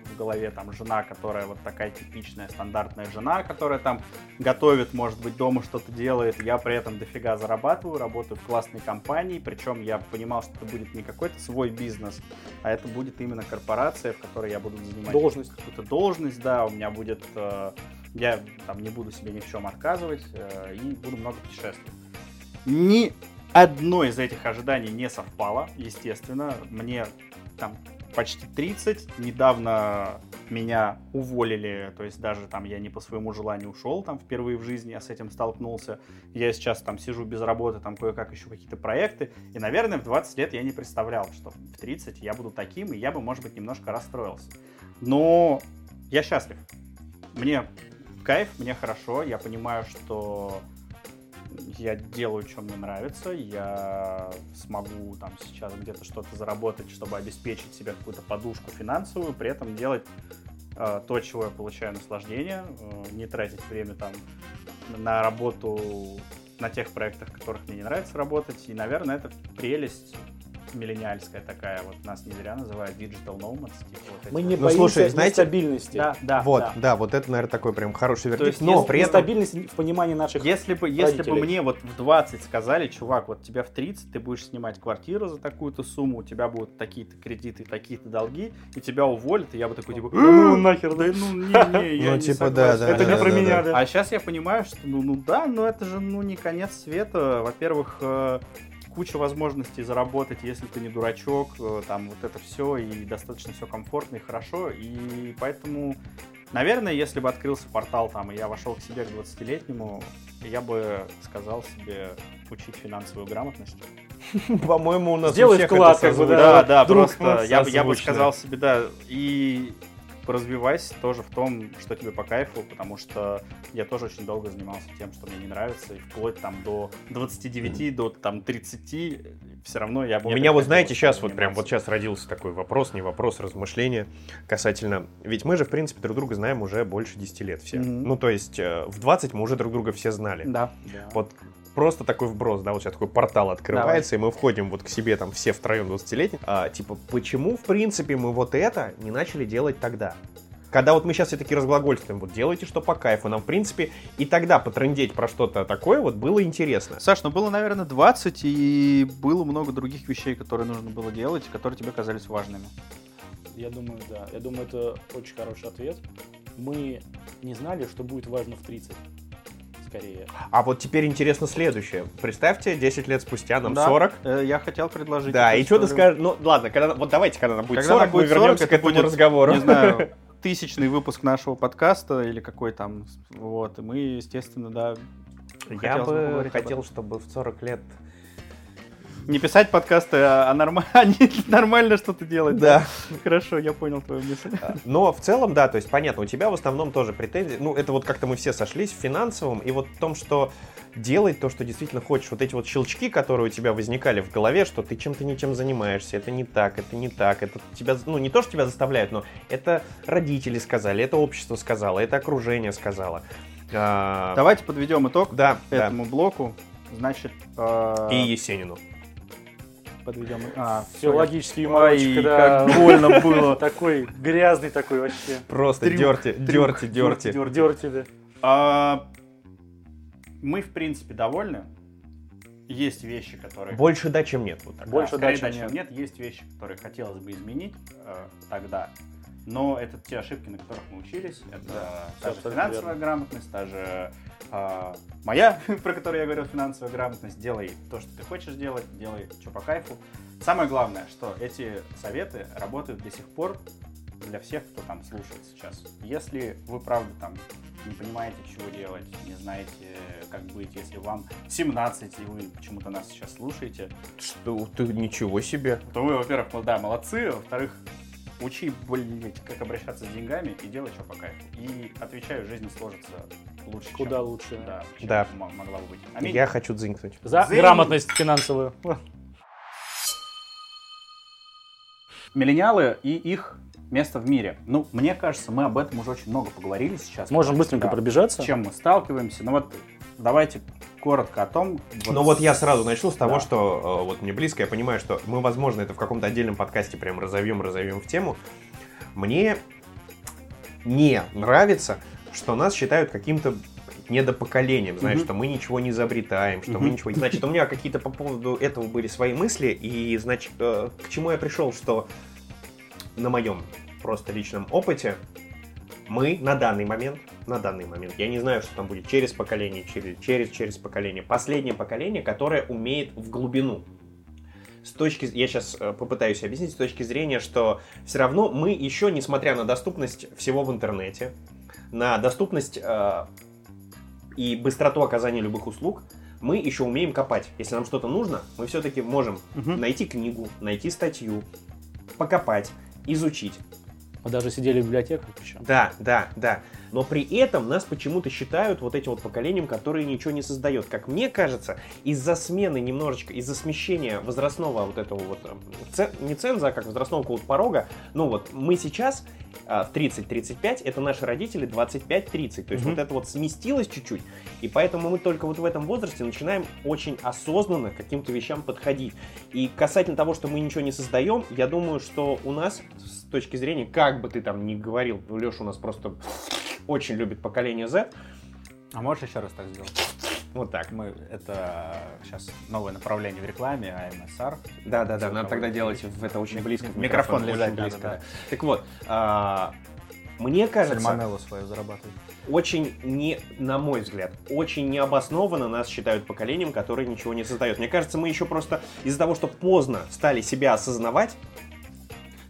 S2: в голове там жена, которая вот такая типичная стандартная жена, которая там готовит, может быть, дома что-то делает, я при этом дофига зарабатываю, работаю в классной компании, причем я понимал, что это будет не какой-то свой бизнес, а это будет именно корпорация, в которой я буду занимать
S3: Должность.
S2: какую-то должность, да, у меня будет, э, я там не буду себе ни в чем отказывать э, и буду много путешествовать. Ни одно из этих ожиданий не совпало, естественно. Мне там почти 30, недавно меня уволили, то есть даже там я не по своему желанию ушел, там впервые в жизни я с этим столкнулся. Я сейчас там сижу без работы, там кое-как ищу какие-то проекты, и, наверное, в 20 лет я не представлял, что в 30 я буду таким, и я бы, может быть, немножко расстроился. Но я счастлив. Мне кайф, мне хорошо, я понимаю, что я делаю, что мне нравится, я смогу там сейчас где-то что-то заработать, чтобы обеспечить себе какую-то подушку финансовую, при этом делать э, то, чего я получаю наслаждение, э, не тратить время там на работу на тех проектах, в которых мне не нравится работать, и, наверное, это прелесть миллениальская такая, вот нас не зря называют digital nomads, типа вот эти
S3: Мы
S2: вот
S3: не
S1: Ну,
S3: боимся
S1: слушай, знаете-
S3: нестабильности.
S2: да, да,
S1: Вот,
S2: да.
S1: да. вот это, наверное, такой прям хороший вердикт.
S2: есть,
S1: но
S2: если
S1: при этом...
S3: Нестабильность в понимании наших...
S2: Если бы, если бы
S3: родителей.
S2: мне вот в 20 сказали, чувак, вот тебя в 30, ты будешь снимать квартиру за такую-то сумму, у тебя будут такие-то кредиты, такие-то долги, и тебя уволят, и я бы такой, типа, «Э, ну нахер, да, ну не, не, я
S1: Ну,
S2: не
S1: типа,
S2: согласен».
S1: да, да,
S3: Это
S1: да,
S3: не
S1: да,
S3: про
S1: да,
S3: меня,
S1: да.
S3: да.
S2: А сейчас я понимаю, что ну, ну да, но это же ну не конец света. Во-первых, э, куча возможностей заработать, если ты не дурачок, э, там вот это все, и достаточно все комфортно и хорошо. И поэтому, наверное, если бы открылся портал там, и я вошел к себе к 20-летнему, я бы сказал себе учить финансовую грамотность.
S1: По-моему, у нас
S3: Сделай
S1: у всех
S3: вклад,
S1: это
S3: как бы,
S1: созвучно.
S2: Да, да,
S1: Друг,
S2: просто я, бы- я бы
S1: созвучно.
S2: сказал себе, да, и развивайся тоже в том, что тебе по кайфу, потому что я тоже очень долго занимался тем, что мне не нравится, и вплоть там до 29, до там 30 все равно я бы...
S1: У меня вот, знаете, сейчас вот прям вот сейчас родился такой вопрос, не вопрос, размышление касательно... Ведь мы же, в принципе, друг друга знаем уже больше 10 лет все.
S2: Мгм.
S1: Ну, то есть э, в 20 мы уже друг друга все знали.
S2: Да.
S1: Вот просто такой вброс, да, вот сейчас такой портал открывается, и мы входим вот к себе там все втроем 20-летние. А, типа, почему, в принципе, мы вот это не начали делать тогда? Когда вот мы сейчас все такие разглагольствуем, вот делайте, что по кайфу. Нам, в принципе, и тогда потрындеть про что-то такое вот было интересно.
S2: Саш, ну было, наверное, 20, и было много других вещей, которые нужно было делать, которые тебе казались важными.
S3: Я думаю, да. Я думаю, это очень хороший ответ. Мы не знали, что будет важно в 30. Скорее.
S1: А вот теперь интересно следующее. Представьте, 10 лет спустя нам
S2: Да,
S1: 40.
S2: э, я хотел предложить.
S1: Да,
S2: эту
S1: и что ты
S2: историю.
S1: скажешь? Ну, ладно, когда, вот давайте, когда нам будет
S2: Когда нам
S1: 40,
S2: будет
S1: мы
S2: 40,
S1: вернемся к
S2: это
S1: этому
S2: будет,
S1: разговору.
S2: Не знаю, тысячный выпуск нашего подкаста или какой там, вот, и мы, естественно, да,
S1: Я
S2: хотелось бы
S1: бы
S2: поговорить об
S1: хотел, чтобы в 40 лет...
S2: не писать подкасты, а, а норма- а не- нормально что-то делать. Хорошо, я понял твою мысль.
S1: э, Но в целом, да, то есть понятно, у тебя в основном тоже претензии. Ну, это вот как-то мы все сошлись в финансовом и вот в том, что делать то, что действительно хочешь. Вот эти вот щелчки, которые у тебя возникали в голове, что ты чем-то не тем занимаешься, это не так, это не так, это тебя, ну, не то, что тебя заставляют, но это родители сказали, это общество сказало, это окружение сказало. А,
S2: Давайте подведем итог
S1: Да, да. А,
S2: этому блоку. Значит, э,
S1: И Есенину.
S2: подведем... А,
S3: Все,
S2: всё, я-
S3: логический
S2: Ай,
S3: юморочек, да.
S2: как больно было.
S3: Такой грязный такой вообще.
S1: Просто
S2: Трюк,
S1: дерти,
S2: трюк,
S1: дерти,
S2: дёрти,
S1: дерти.
S2: дёрти.
S3: Дерти, да.
S2: А, Мы, в принципе, довольны. Есть вещи, которые...
S1: Больше да, чем нет. Вот так.
S3: Больше
S2: скорее
S3: да, чем
S2: чем нет. Есть вещи, которые хотелось бы изменить э, тогда. Но это те ошибки, на которых мы учились. Это та же
S3: абсолютно
S2: финансовая
S3: верно.
S2: грамотность, та же э, моя, про которую я говорил, финансовая грамотность. Делай то, что ты хочешь делать, делай, что по кайфу. Самое главное, что эти советы работают до сих пор для всех, кто там слушает сейчас. Если вы, правда, там не понимаете, чего делать, не знаете, как быть, если вам 17, и вы почему-то нас сейчас слушаете,
S1: Что ты, ничего себе.
S2: то вы, во-первых, мол- да, молодцы, во-вторых, учи, блядь, как обращаться с деньгами и делай, что по кайфу. И, отвечаю, жизнь сложится лучше, чем-
S3: Куда лучше. да.
S2: да, чем
S1: Да.
S2: м- могла бы быть. Аминь.
S1: Я хочу дзинкнуть.
S3: За
S2: За-
S3: грамотность финансовую.
S2: Миллениалы и их место в мире. Ну, мне кажется, мы об этом уже очень много поговорили сейчас.
S3: Можем быстренько
S2: Да.
S3: пробежаться.
S2: С чем мы сталкиваемся. Ну вот, давайте коротко о том.
S1: Ну вот я сразу начну с того,
S2: Да.
S1: что э, вот мне близко, я понимаю, что мы, возможно, это в каком-то отдельном подкасте прям разовьем, разовьем в тему. Мне не нравится, что нас считают каким-то недопоколением, знаешь,
S2: Мгм.
S1: что мы ничего не изобретаем, что мы
S2: Мгм.
S1: ничего... не- Значит, у меня какие-то по поводу этого были свои мысли, и, значит, э, к чему я пришел, что на моем просто личном опыте мы на данный момент, на данный момент, я не знаю, что там будет через поколение, через, через, через поколение, последнее поколение, которое умеет в глубину. С точки, я сейчас попытаюсь объяснить с точки зрения, что все равно мы еще, несмотря на доступность всего в интернете, на доступность э, и быстроту оказания любых услуг, мы еще умеем копать. Если нам что-то нужно, мы все-таки можем
S2: Мгм.
S1: найти книгу, найти статью, покопать, изучить.
S3: Мы даже сидели в библиотеках еще.
S1: Да, да, да. Но при этом нас почему-то считают вот этим вот поколением, которое ничего не создает. Как мне кажется, из-за смены немножечко, из-за смещения возрастного вот этого вот, эм, ц- не ценза, а как возрастного какого-то порога, ну вот мы сейчас а, в 30-35, это наши родители 25-30. То есть
S2: Мгм.
S1: вот это вот сместилось чуть-чуть, и поэтому мы только вот в этом возрасте начинаем очень осознанно к каким-то вещам подходить. И касательно того, что мы ничего не создаем, я думаю, что у нас с точки зрения, как бы ты там ни говорил, Леша у нас просто очень любит поколение Z,
S2: А можешь еще раз так сделать?
S1: вот так.
S2: Мы это сейчас новое направление в рекламе,
S1: а эм
S2: АМСР.
S1: Да-да-да, надо
S2: Звуковой
S1: тогда
S2: эффект.
S1: делать в это очень
S2: Мик-
S1: близко. в
S2: микрофон
S1: очень
S2: лежать,
S1: близко,
S2: да-да-да.
S1: да. Так вот, а, мне кажется,
S2: Сальмонеллу свою зарабатывает.
S1: очень не, на мой взгляд, очень необоснованно нас считают поколением, которое ничего не создает. Мне кажется, мы еще просто из-за того, что поздно стали себя осознавать,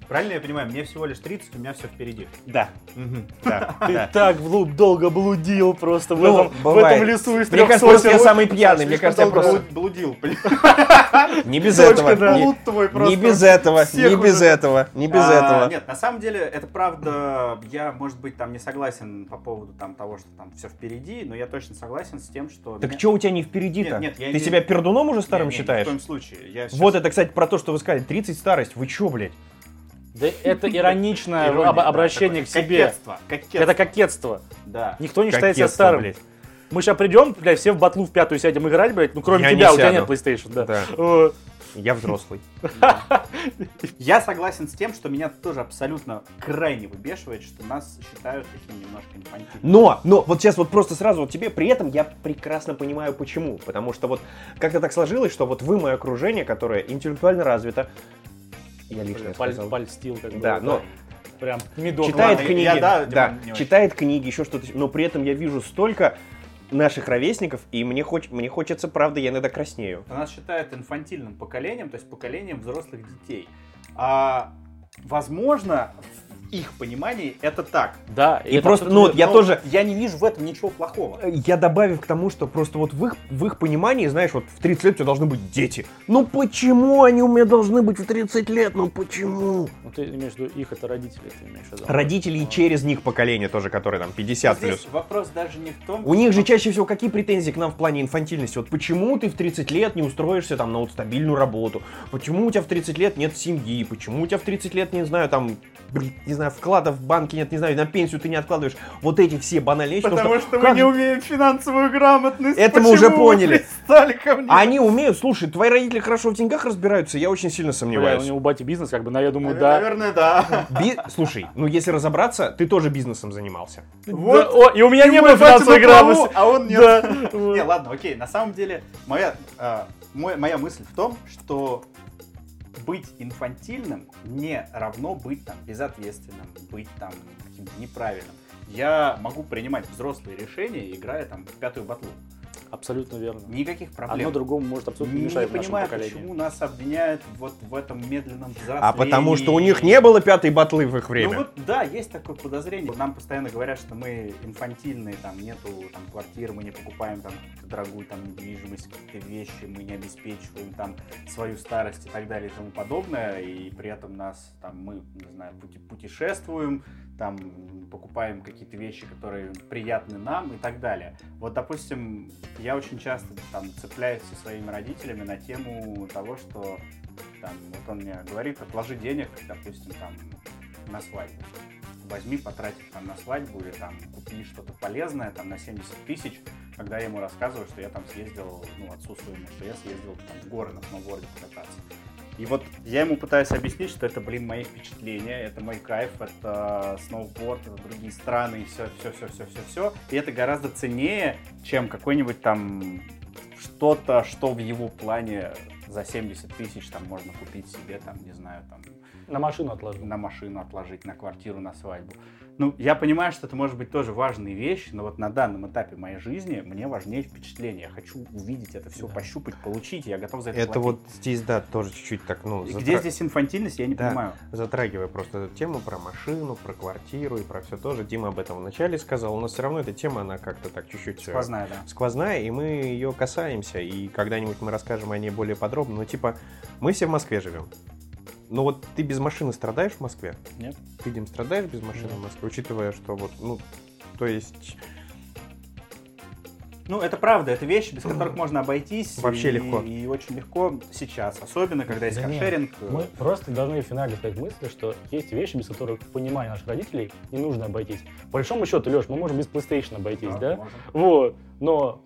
S2: Правильно я понимаю, мне всего лишь 30, у меня все впереди.
S1: Да. Мгм. Да.
S3: Ты
S1: да.
S3: так вглубь долго блудил просто в,
S1: Ну,
S3: этом, в
S1: бывает.
S3: этом лесу из
S1: Мне
S3: трех
S1: кажется, просто я
S3: сосен.
S1: самый пьяный. Мне кажется, я просто...
S2: блудил, блин.
S1: Не без
S2: Точка,
S1: этого.
S2: да.
S1: не-
S2: Блуд твой
S1: Не
S2: просто
S1: без этого.
S2: всех
S1: Не без
S2: уже-
S1: этого. Не без
S2: А,
S1: этого.
S2: Нет, на самом деле, это правда, я, может быть, там не согласен по поводу там того, что там все впереди, но я точно согласен с тем, что...
S1: Так
S2: меня-
S1: что у тебя не впереди-то?
S2: Нет, нет, я
S1: Ты
S2: не-
S1: себя пердуном уже
S2: Не,
S1: старым
S2: не,
S1: считаешь?
S2: Ни в коем случае. Я щас-
S1: Вот это, кстати, про то, что вы сказали. 30 старость. Вы чё, блядь?
S3: Да это ироничное
S2: Ирония,
S3: об-
S2: да,
S3: обращение к
S2: такое.
S3: себе.
S2: Кокетство. Кокетство.
S3: Это кокетство.
S2: Да.
S3: Никто не считает себя
S1: Кокетство,
S3: старым.
S1: блядь.
S3: Мы сейчас придем, блядь, все в батлу в пятую сядем играть, блядь. Ну, кроме
S1: Я не
S3: тебя, у тебя
S1: сяду.
S3: нет PlayStation, да.
S1: Да.
S3: Э,
S1: Я взрослый.
S2: Я согласен с тем, что меня тоже абсолютно крайне выбешивает, что нас считают таким немножко инфантильным.
S1: Но, но, вот сейчас вот просто сразу вот тебе, при этом я прекрасно понимаю почему. Потому что вот как-то так сложилось, что вот вы мое окружение, которое интеллектуально развито. Я лишнее
S3: Паль-
S1: сказал.
S3: Польстил, как бы.
S1: Да, но
S3: Прям медок.
S1: читает
S2: ладно,
S1: книги,
S2: я- да,
S1: да,
S2: Димон, не очень.
S1: читает книги, еще что-то, но при этом я вижу столько наших ровесников, и мне, хоч- мне хочется, правда, я иногда краснею.
S2: Нас считают инфантильным поколением, то есть поколением взрослых детей. А, возможно, в их понимании это так.
S3: Да,
S1: И
S3: это
S1: просто,
S3: тут
S1: ну вот я
S2: Но
S1: тоже,
S2: Я не вижу в этом ничего плохого.
S1: я добавив к тому, что просто вот в их, в их понимании, знаешь, вот в 30 лет у тебя должны быть дети.
S4: Ну почему они у меня должны быть в 30 лет? Ну почему?
S3: Ну, ты имеешь в виду их, это родители, ты имеешь в виду.
S1: Родители и через них поколение тоже, которые там 50
S2: Здесь
S1: плюс.
S2: вопрос даже не в том...
S1: У них же чаще всего какие претензии к нам в плане инфантильности? Вот почему ты в 30 лет не устроишься там на вот стабильную работу? Почему у тебя в 30 лет нет семьи? Почему у тебя в 30 лет, не знаю, там, блин, не знаю, вкладов в банке нет, не знаю, на пенсию ты не откладываешь? Вот эти все банальные вещи.
S2: Потому что мы
S1: как-
S2: не умеем финансовую грамотность.
S1: Это мы уже
S2: Почему вы
S1: поняли.
S2: пристали ко мне?
S1: А Они умеют, слушай, твои родители хорошо в деньгах разбираются, я очень сильно
S3: Бля, у
S1: сомневаюсь.
S3: него у бати бизнес, как бы, на, я думаю,
S2: Навер-
S3: да.
S2: Наверное, да.
S1: Би- Слушай, ну если разобраться, ты тоже бизнесом занимался.
S3: Да, о, и у меня не было
S2: мой батя
S3: финансовой
S2: на плаву,
S3: грамотности.
S2: А он нет.
S3: Да.
S2: Не, ладно, окей. На самом деле, моя, а, мой- моя мысль в том, что быть инфантильным не равно быть там безответственным, быть там каким-то неправильным. Я могу принимать взрослые решения, играя там в пятую батлу.
S3: Абсолютно верно.
S2: Никаких проблем.
S3: Одно другому может абсолютно не
S2: не
S3: мешать в нашем
S2: понимаю,
S3: поколении.
S2: почему нас обвиняют вот в этом медленном взрослении.
S1: А потому что у них не было пятой батлы в их
S2: Ну
S1: время.
S2: вот, да, есть такое подозрение. Нам постоянно говорят, что мы инфантильные, там нету там квартир, мы не покупаем там какую-то дорогую там недвижимость, какие-то вещи, мы не обеспечиваем там свою старость и так далее и тому подобное, и при этом нас там мы, не знаю, пути- путешествуем, там м, покупаем какие-то вещи, которые приятны нам и так далее. Вот, допустим, я очень часто там цепляюсь со своими родителями на тему того, что там, вот он мне говорит, отложи денег, допустим, там, на свадьбу. Возьми, потрать их там на свадьбу или там купи что-то полезное там на 70 тысяч, когда я ему рассказываю, что я там съездил, ну, отцу своему, что я съездил там в горы, на сноуборде покататься. И вот я ему пытаюсь объяснить, что это, блин, мои впечатления, это мой кайф, это сноуборд, это другие страны, и все, все, все, все, все, все. И это гораздо ценнее, чем какой-нибудь там что-то, что в его плане за 70 тысяч там можно купить себе, там, не знаю, там,
S3: На машину отложил.
S2: на машину отложить, на квартиру, на свадьбу. Ну, я понимаю, что это может быть тоже важные вещи, но вот на данном этапе моей жизни мне важнее впечатление. Я хочу увидеть это все, пощупать, получить, я готов за это
S1: Это
S2: платить.
S1: вот здесь, да, тоже чуть-чуть так, ну,
S2: И
S1: затра-
S2: Где здесь инфантильность, я не
S1: Да.
S2: понимаю.
S1: затрагивая просто эту тему про машину, про квартиру и про все тоже. Дима об этом вначале сказал, но все равно эта тема, она как-то так чуть-чуть э,
S2: Сквозная, да.
S1: сквозная, и мы ее касаемся, и когда-нибудь мы расскажем о ней более подробно. Но типа, мы все в Москве живем. Но вот ты без машины страдаешь в Москве?
S2: Нет.
S1: Ты, Дим, страдаешь без машины в Москве, учитывая, что вот, ну, то есть
S2: Ну, это правда, это вещи, без которых можно обойтись.
S1: Вообще
S2: и-
S1: легко.
S2: И очень легко сейчас, особенно когда есть
S3: Да нет,
S2: каршеринг. э,
S3: Мы просто должны в финале сказать мысль, что есть вещи, без которых понимание наших родителей не нужно обойтись. По большому счету, Леш, мы можем без PlayStation обойтись, да?
S2: можно.
S3: Вот. Но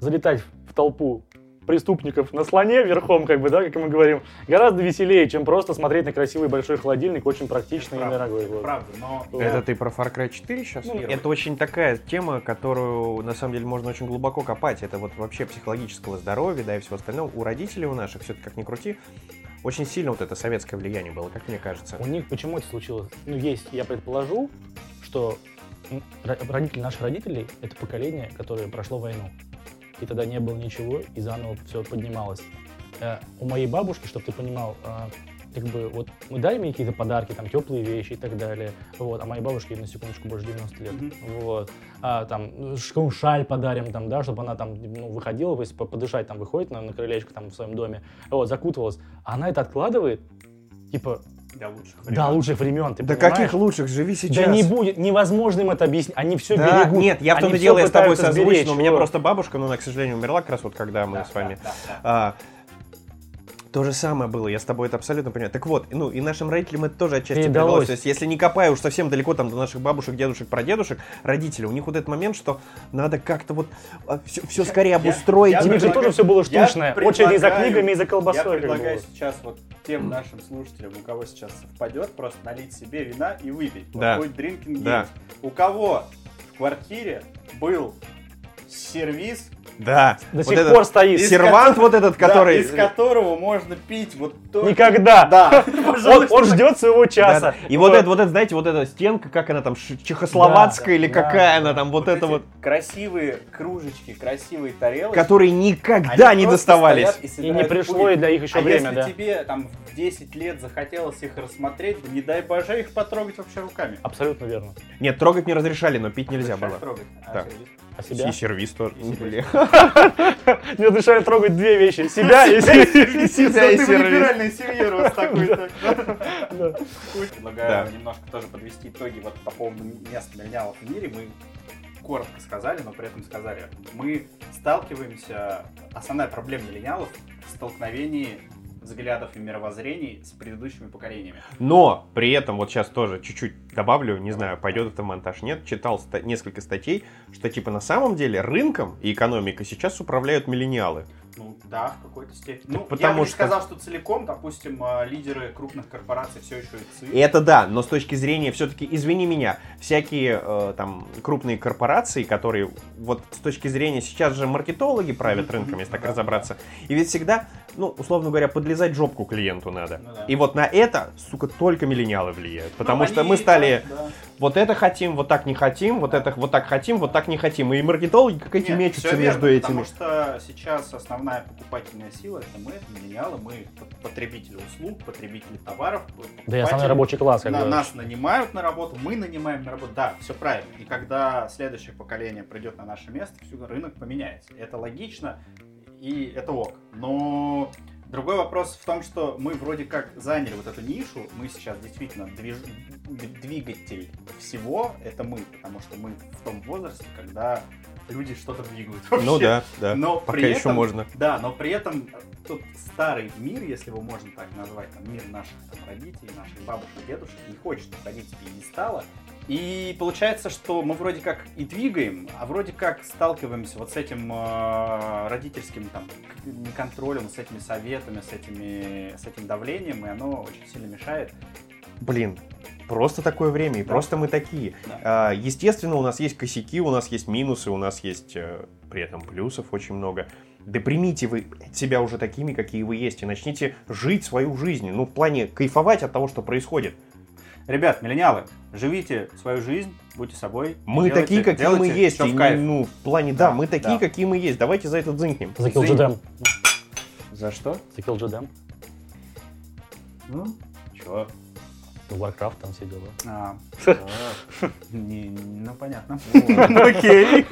S3: залетать в толпу преступников на слоне верхом, как бы, да, как мы говорим, гораздо веселее, чем просто смотреть на красивый большой холодильник, очень практичный и
S2: Правда,
S3: дорогой. вот.
S2: Правда, но...
S3: Вот.
S1: Это ты про Far Cry 4 сейчас?
S2: Ну, первый.
S1: это очень такая тема, которую на самом деле можно очень глубоко копать. Это вот вообще психологического здоровья, да и всего остального. У родителей у наших все-таки как ни крути, очень сильно вот это советское влияние было, как мне кажется.
S3: У них почему это случилось? Ну, есть, я предположу, что м, ро- родители наших родителей — это поколение, которое прошло войну. И тогда не было ничего, и заново все поднималось. Э, У моей бабушки, чтобы ты понимал, э, как бы вот ну, дай мне какие-то подарки, там теплые вещи и так далее. Вот. А моей бабушке на секундочку больше 90 лет.
S2: Мгм.
S3: Вот. А, там ну, ш- какую-нибудь шаль подарим, там, да, чтобы она там ну, выходила, то есть по- подышать, там выходит на, на крылечко там в своем доме, вот, закутывалась. А она это откладывает, типа,
S2: Для лучших
S3: до
S2: времен.
S3: лучших времен. Ты
S4: Да
S3: понимаешь?
S4: каких лучших? Живи
S3: Да
S4: сейчас.
S3: не будет, невозможно им это объяснить. Они все
S1: Да,
S3: берегут.
S1: нет, я в том
S3: Они
S1: и дело,
S3: всё
S1: я с тобой
S3: пытаются
S1: созвучен,
S3: сберечь,
S1: у меня
S3: вот.
S1: просто бабушка, но она, к сожалению, умерла как раз вот когда мы
S2: Да,
S1: с вами...
S2: да, да,
S1: А, то же самое было, я с тобой это абсолютно понимаю. Так вот, ну и нашим родителям это тоже отчасти
S3: Передалось.
S1: передалось. То есть, если не копая уж совсем далеко там до наших бабушек, дедушек, прадедушек, родителей, у них вот этот момент, что надо как-то вот все, скорее обустроить.
S2: я
S3: У них же
S2: предлагаю-
S3: тоже все было
S2: я
S3: штучное.
S2: предлагаю-
S3: Очереди за книгами и за колбасой.
S2: Я
S3: как бы,
S2: предлагаю
S3: вот.
S2: сейчас вот тем нашим слушателям, у кого сейчас совпадет, просто налить себе вина и выпить. Вот
S1: Да.
S2: будет drinking games.
S1: Да.
S2: У кого в квартире был сервис,
S1: Да.
S3: До
S1: Вот
S3: сих
S1: этот
S3: пор стоит.
S2: из
S1: Сервант
S2: которого-
S1: вот этот, который...
S2: да, из которого можно пить вот то...
S3: Никогда.
S2: Да.
S3: Он,
S2: Пожалуйста,
S3: он ждет своего
S1: Да,
S3: часа.
S1: да. И вот это, вот это, знаете, вот эта стенка, как она там, ш- чехословацкая
S3: Да,
S1: или
S3: да,
S1: какая она там, вот,
S2: эти
S1: это вот,
S2: Красивые кружечки, красивые тарелки.
S1: которые никогда не доставались.
S3: И не пришло и для их еще
S2: а
S3: время,
S2: если
S3: да.
S2: тебе там в 10 лет захотелось их рассмотреть, да не дай боже их потрогать вообще руками.
S3: Абсолютно верно.
S1: Нет, трогать не разрешали, но пить нельзя
S2: Шаг
S1: было.
S2: трогать. А,
S1: Так.
S2: сервис?
S3: А себя?
S1: И сервис тоже.
S2: И сервис.
S1: Блин.
S3: Не разрешали трогать две вещи. Себя и
S1: себя
S2: Да
S1: и
S2: ты в
S1: сервис.
S2: либеральной семье рос такой-то.
S3: Да.
S2: Предлагаю
S1: Да.
S2: немножко тоже подвести итоги вот по поводу мест миллениалов в мире. Мы коротко сказали, но при этом сказали, мы сталкиваемся, основная проблема миллениалов в столкновении взглядов и мировоззрений с предыдущими поколениями.
S1: Но при этом, вот сейчас тоже чуть-чуть добавлю, не знаю, пойдет это в монтаж, нет, читал ста- несколько статей, что типа на самом деле рынком и экономикой сейчас управляют миллениалы.
S2: Ну да, в какой-то степени. Ну, я бы
S1: потому
S2: не
S1: что-
S2: сказал, что целиком, допустим, э, лидеры крупных корпораций все еще и ЦИ.
S1: И это да, но с точки зрения все-таки, извини меня, всякие э, там крупные корпорации, которые вот с точки зрения сейчас же маркетологи правят
S2: Мгм.
S1: рынком, если так
S2: Да.
S1: разобраться, и ведь всегда, ну, условно говоря, подлезать жопку клиенту надо.
S2: Ну да.
S1: И вот на это, сука, только миллениалы влияют,
S2: Ну,
S1: потому что
S2: они,
S1: мы стали...
S2: да, да.
S1: вот это хотим, вот так не хотим, вот это вот так хотим, вот так не хотим. И маркетологи как эти
S2: Нет,
S1: мечутся
S2: всё
S1: между
S2: верно,
S1: этими.
S2: Потому что сейчас основная покупательная сила это мы, это миллениалы, мы потребители услуг, потребители товаров.
S3: Да и основной
S2: покупатели.
S3: рабочий класс, как
S2: На-
S3: бы.
S2: нас нанимают на работу, мы нанимаем на работу. Да, все правильно. И когда следующее поколение придет на наше место, всё, рынок поменяется. Это логично и это ок. Но другой вопрос в том, что мы вроде как заняли вот эту нишу, мы сейчас действительно движ- д- двигатель всего, это мы, потому что мы в том возрасте, когда люди что-то двигают.
S1: Ну
S2: вообще.
S1: да, да.
S2: Но
S1: Пока
S2: при этом-
S1: еще можно.
S2: Да, но при этом тот старый мир, если его можно так назвать, там, мир наших там, родителей, наших бабушек, дедушек, не хочет уходить с пьедестала. И получается, что мы вроде как и двигаем, а вроде как сталкиваемся вот с этим э, родительским там к- неконтролем, с этими советами, с, этими, с этим давлением, и оно очень сильно мешает.
S1: Блин, просто такое время, и
S2: Да.
S1: просто мы такие. А, Естественно, у нас есть косяки, у нас есть минусы, у нас есть э, при этом плюсов очень много. Да примите вы себя уже такими, какие вы есть, и начните жить свою жизнь. Ну, в плане кайфовать от того, что происходит.
S2: Ребят, миллениалы, живите свою жизнь, будьте собой.
S1: Мы
S2: делайте-
S1: такие, какие мы
S2: делайте
S1: есть.
S2: всё
S1: и,
S2: в кайф.
S1: ну, в плане, да,
S2: Да,
S1: мы такие,
S2: да.
S1: какие мы есть. Давайте за это дзынькнем.
S3: За Килджедам.
S1: За что?
S3: За Килджедам.
S2: Ну, чё?
S3: Ну, Warcraft там все дела.
S2: А, не- ну понятно. Окей.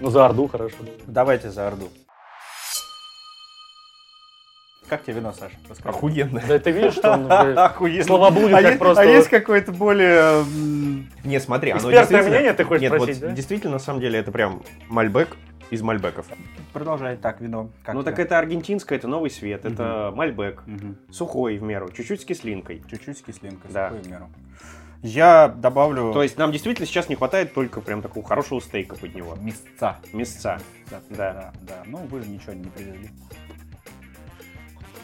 S3: Ну, за Орду хорошо.
S2: Давайте за Орду. Как тебе вино, Саша? Расскажи.
S1: Охуенно.
S3: Да ты видишь, что он блядь,
S2: Охуенно.
S3: словоблудит,
S2: А
S3: как
S2: е-
S3: просто
S2: А
S3: вот.
S2: есть какое-то более... м,
S1: Не, смотри, оно
S3: Экспертное
S1: действительно-
S3: мнение ты хочешь
S1: Нет,
S3: спросить,
S1: вот
S3: да?
S1: действительно, на самом деле, это прям Мальбек из Мальбеков.
S2: Продолжай так, вино. Как
S1: ну
S2: тебе?
S1: так это аргентинское, это новый свет, это Мальбек.
S2: Мгм.
S1: Сухой в меру, чуть-чуть с кислинкой.
S2: Чуть-чуть с кислинкой,
S1: Да.
S2: сухой в меру. Я добавлю...
S1: То есть нам действительно сейчас не хватает только прям такого хорошего стейка под него.
S2: мясца.
S1: Мясца.
S2: Да,
S1: Да.
S2: да, да. Ну, вы же ничего не привезли.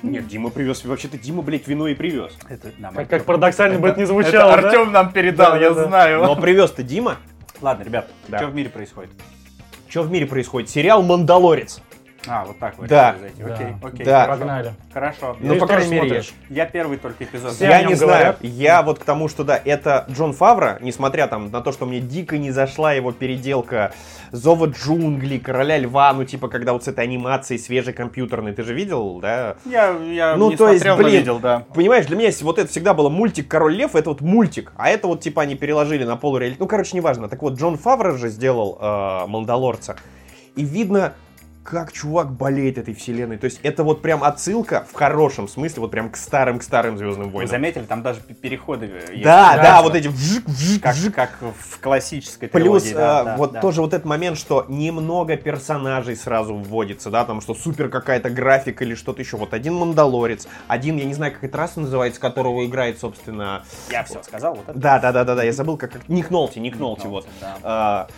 S1: Нет, Дима привез. Вообще-то Дима, блядь, вино и привез.
S2: Это нам
S3: Как,
S2: Артём-
S3: как парадоксально бы это не
S2: это
S3: звучало, да?
S2: Артём нам передал,
S3: Да,
S2: я
S3: да, да.
S2: знаю.
S1: Но привез-то Дима.
S2: Ладно, ребят,
S1: Да.
S2: что в мире происходит?
S1: Что в мире происходит? Сериал «Мандалорец».
S2: А, вот так вы
S1: Да.
S2: решили зайти.
S3: Да.
S2: Окей, окей.
S1: Да.
S2: хорошо.
S3: Погнали.
S2: Хорошо.
S1: Ну,
S3: Ты
S1: по
S3: тоже
S1: крайней мере,
S3: смотришь?
S2: Я первый только эпизод.
S3: Все
S1: я
S3: о нем
S1: не
S3: говорят.
S1: знаю. Я вот к тому, что да, это Джон Фавра, несмотря там на то, что мне дико не зашла его переделка Зова джунглей, Короля льва, ну типа когда вот с этой анимацией свежей компьютерной, ты же видел, да?
S2: Я, я
S1: Ну,
S2: не
S1: то есть,
S2: смотрел, но
S1: блин.
S2: видел, да.
S1: Понимаешь, для меня с- вот это всегда было мультик Король Лев, это вот мультик, а это вот типа они переложили на полуреалит. Ну, короче, неважно. Так вот, Джон Фавра же сделал э, Мандалорца. И видно, как чувак болеет этой вселенной. То есть это вот прям отсылка в хорошем смысле, вот прям к старым, к старым Звездным
S2: Вы
S1: войнам.
S2: заметили, там даже п- переходы э, есть.
S1: Да,
S3: Да,
S1: да,
S3: да.
S1: вот эти вжик, вжик,
S2: Как,
S1: вжик.
S2: как в классической
S1: Плюс
S2: трилогии,
S1: э,
S2: да, да,
S1: вот
S2: да.
S1: тоже вот этот момент, что немного персонажей сразу вводится, да, там что супер какая-то графика или что-то еще. Вот один Мандалорец, один, я не знаю, как это раса называется, которого играет, собственно...
S2: Я все сказал, вот это.
S1: Да, да, да, да, да, я забыл, как... как... Ник Нолти, Ник Нолти, вот.
S2: Да.
S1: А,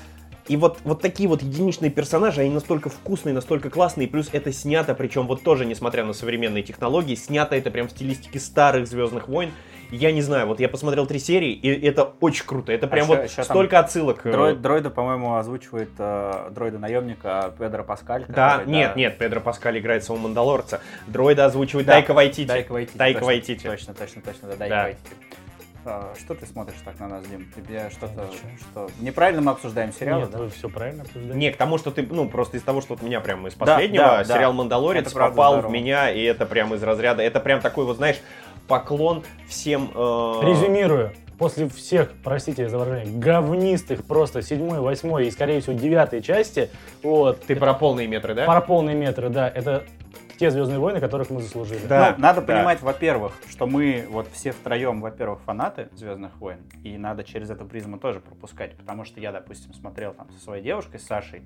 S1: И вот, вот такие вот единичные персонажи, они настолько вкусные, настолько классные, плюс это снято, причем вот тоже, несмотря на современные технологии, снято это прям в стилистике старых «Звездных войн». Я не знаю, вот я посмотрел три серии, и это очень круто. Это прям
S2: А
S1: вот
S2: ща- ща там
S1: столько отсылок. э,
S2: Дроид, дроида, по-моему, озвучивает э, дроида наемника Педро Паскаль.
S1: Да,
S2: который,
S1: нет, нет, Педро Паскаль играет самого Мандалорца. Дроида озвучивает
S2: Да.
S1: Дайка Вайтити.
S2: Дайка Вайтити.
S1: Дайка
S2: точно,
S1: Вайтити.
S2: Точно, точно, точно, да, Дайка
S1: Да.
S2: Вайтити. А, Что ты смотришь так на нас, Дим? Тебе что-то... Что?
S3: ничего.
S2: Неправильно мы обсуждаем сериалы, Ну,
S3: Нет,
S2: да?
S3: вы все правильно обсуждаете.
S1: Не, к тому, что ты, ну, просто из того, что вот у меня прям из
S2: Да,
S1: последнего,
S2: да, да.
S1: сериал «Мандалорец»
S2: Это правда
S1: попал
S2: здорово.
S1: в меня, и это прям из разряда, это прям такой вот, знаешь, поклон всем... э,
S3: Резюмирую. После всех, простите за выражение, говнистых просто седьмой, восьмой и, скорее всего, девятой части, вот,
S1: Ты про полные метры, да?
S3: пара полные метры, да, это те «Звездные войны», которых мы заслужили.
S1: Да.
S2: Ну, надо
S1: да.
S2: понимать, во-первых, что мы вот все втроем, во-первых, фанаты Звездных войн, и надо через эту призму тоже пропускать, потому что я, допустим, смотрел там со своей девушкой, с Сашей,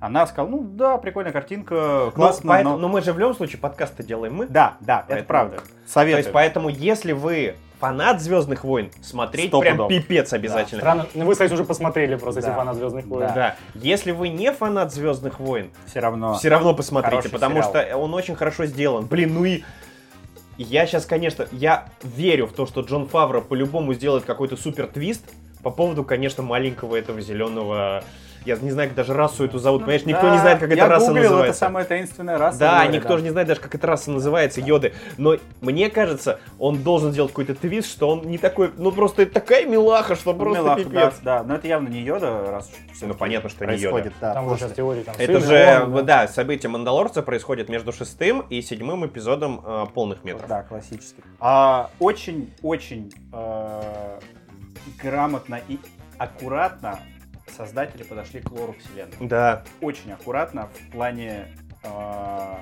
S2: она сказала, ну да, прикольная картинка,
S1: Ну,
S2: классно,
S1: поэтому-
S2: но...
S1: но мы же в любом случае подкаст-то делаем мы.
S2: Да, да, это
S1: Поэтому-
S2: правда.
S1: То
S2: Советую.
S1: есть, поэтому, если вы фанат «Звездных войн», смотреть
S2: Сто
S1: прям
S2: пудов.
S1: пипец обязательно.
S3: Странно, ну вы, кстати, уже посмотрели просто
S2: Да.
S3: эти фанаты «Звездных войн».
S2: Да.
S1: Да. Если вы не фанат Звездных войн,
S2: Все равно.
S1: все равно посмотрите,
S2: Хороший
S1: потому
S2: сериал.
S1: что он очень хорошо сделан. Блин, ну и я сейчас, конечно, я верю в то, что Джон Фавро по-любому сделает какой-то супер твист по поводу, конечно, маленького этого зеленого. Я не знаю, как даже расу эту зовут. Понимаешь, ну, никто
S2: Ну Да,
S1: не знает, как
S2: я
S1: эта раса
S2: гуглил,
S1: называется.
S2: это самая таинственная раса.
S1: Да,
S2: мира,
S1: никто же не знает даже, как эта раса называется, йоды. Но мне кажется, он должен сделать какой-то твист, что он не такой, ну просто такая милаха, что
S2: Ну,
S1: просто
S2: Милаха,
S1: пипец.
S2: Да, да, но это явно не Йода, раз уж всё
S1: Ну, понятно, что не
S2: происходит, Да,
S3: Там уже
S2: просто.
S3: сейчас теории там.
S1: Это
S3: сын,
S1: же,
S3: он,
S1: да. события Мандалорца происходят между шестым и седьмым эпизодом э, полных метров.
S2: Да, классический. А, Очень-очень э, грамотно и аккуратно создатели подошли к лору вселенной.
S1: Да.
S2: Очень аккуратно в плане э,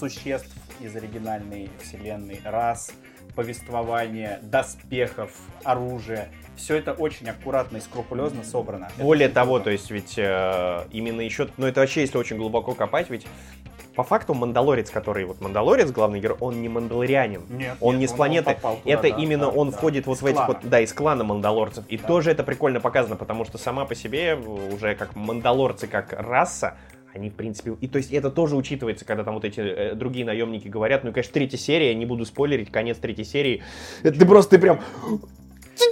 S2: существ из оригинальной вселенной, рас, повествования, доспехов, оружия. Все это очень аккуратно и скрупулезно собрано. Это
S1: Более
S2: очень
S1: того,
S2: круто.
S1: то есть ведь э, именно еще, ну это вообще, если очень глубоко копать, ведь по факту Мандалорец, который вот Мандалорец, главный герой, он не мандалорианин.
S2: Нет,
S1: Он
S2: нет,
S1: не с планеты.
S2: попал туда,
S1: Это
S2: да,
S1: именно
S2: да,
S1: он
S2: да.
S1: входит вот
S2: Из
S1: в этих
S2: клана.
S1: вот, да, из клана мандалорцев. И
S2: Да.
S1: тоже это прикольно показано, потому что сама по себе э, уже как мандалорцы, как раса, они, в принципе, и то есть это тоже учитывается, когда там вот эти э, другие наемники говорят, ну и, конечно, третья серия, я не буду спойлерить, конец третьей серии, это ты просто ты прям,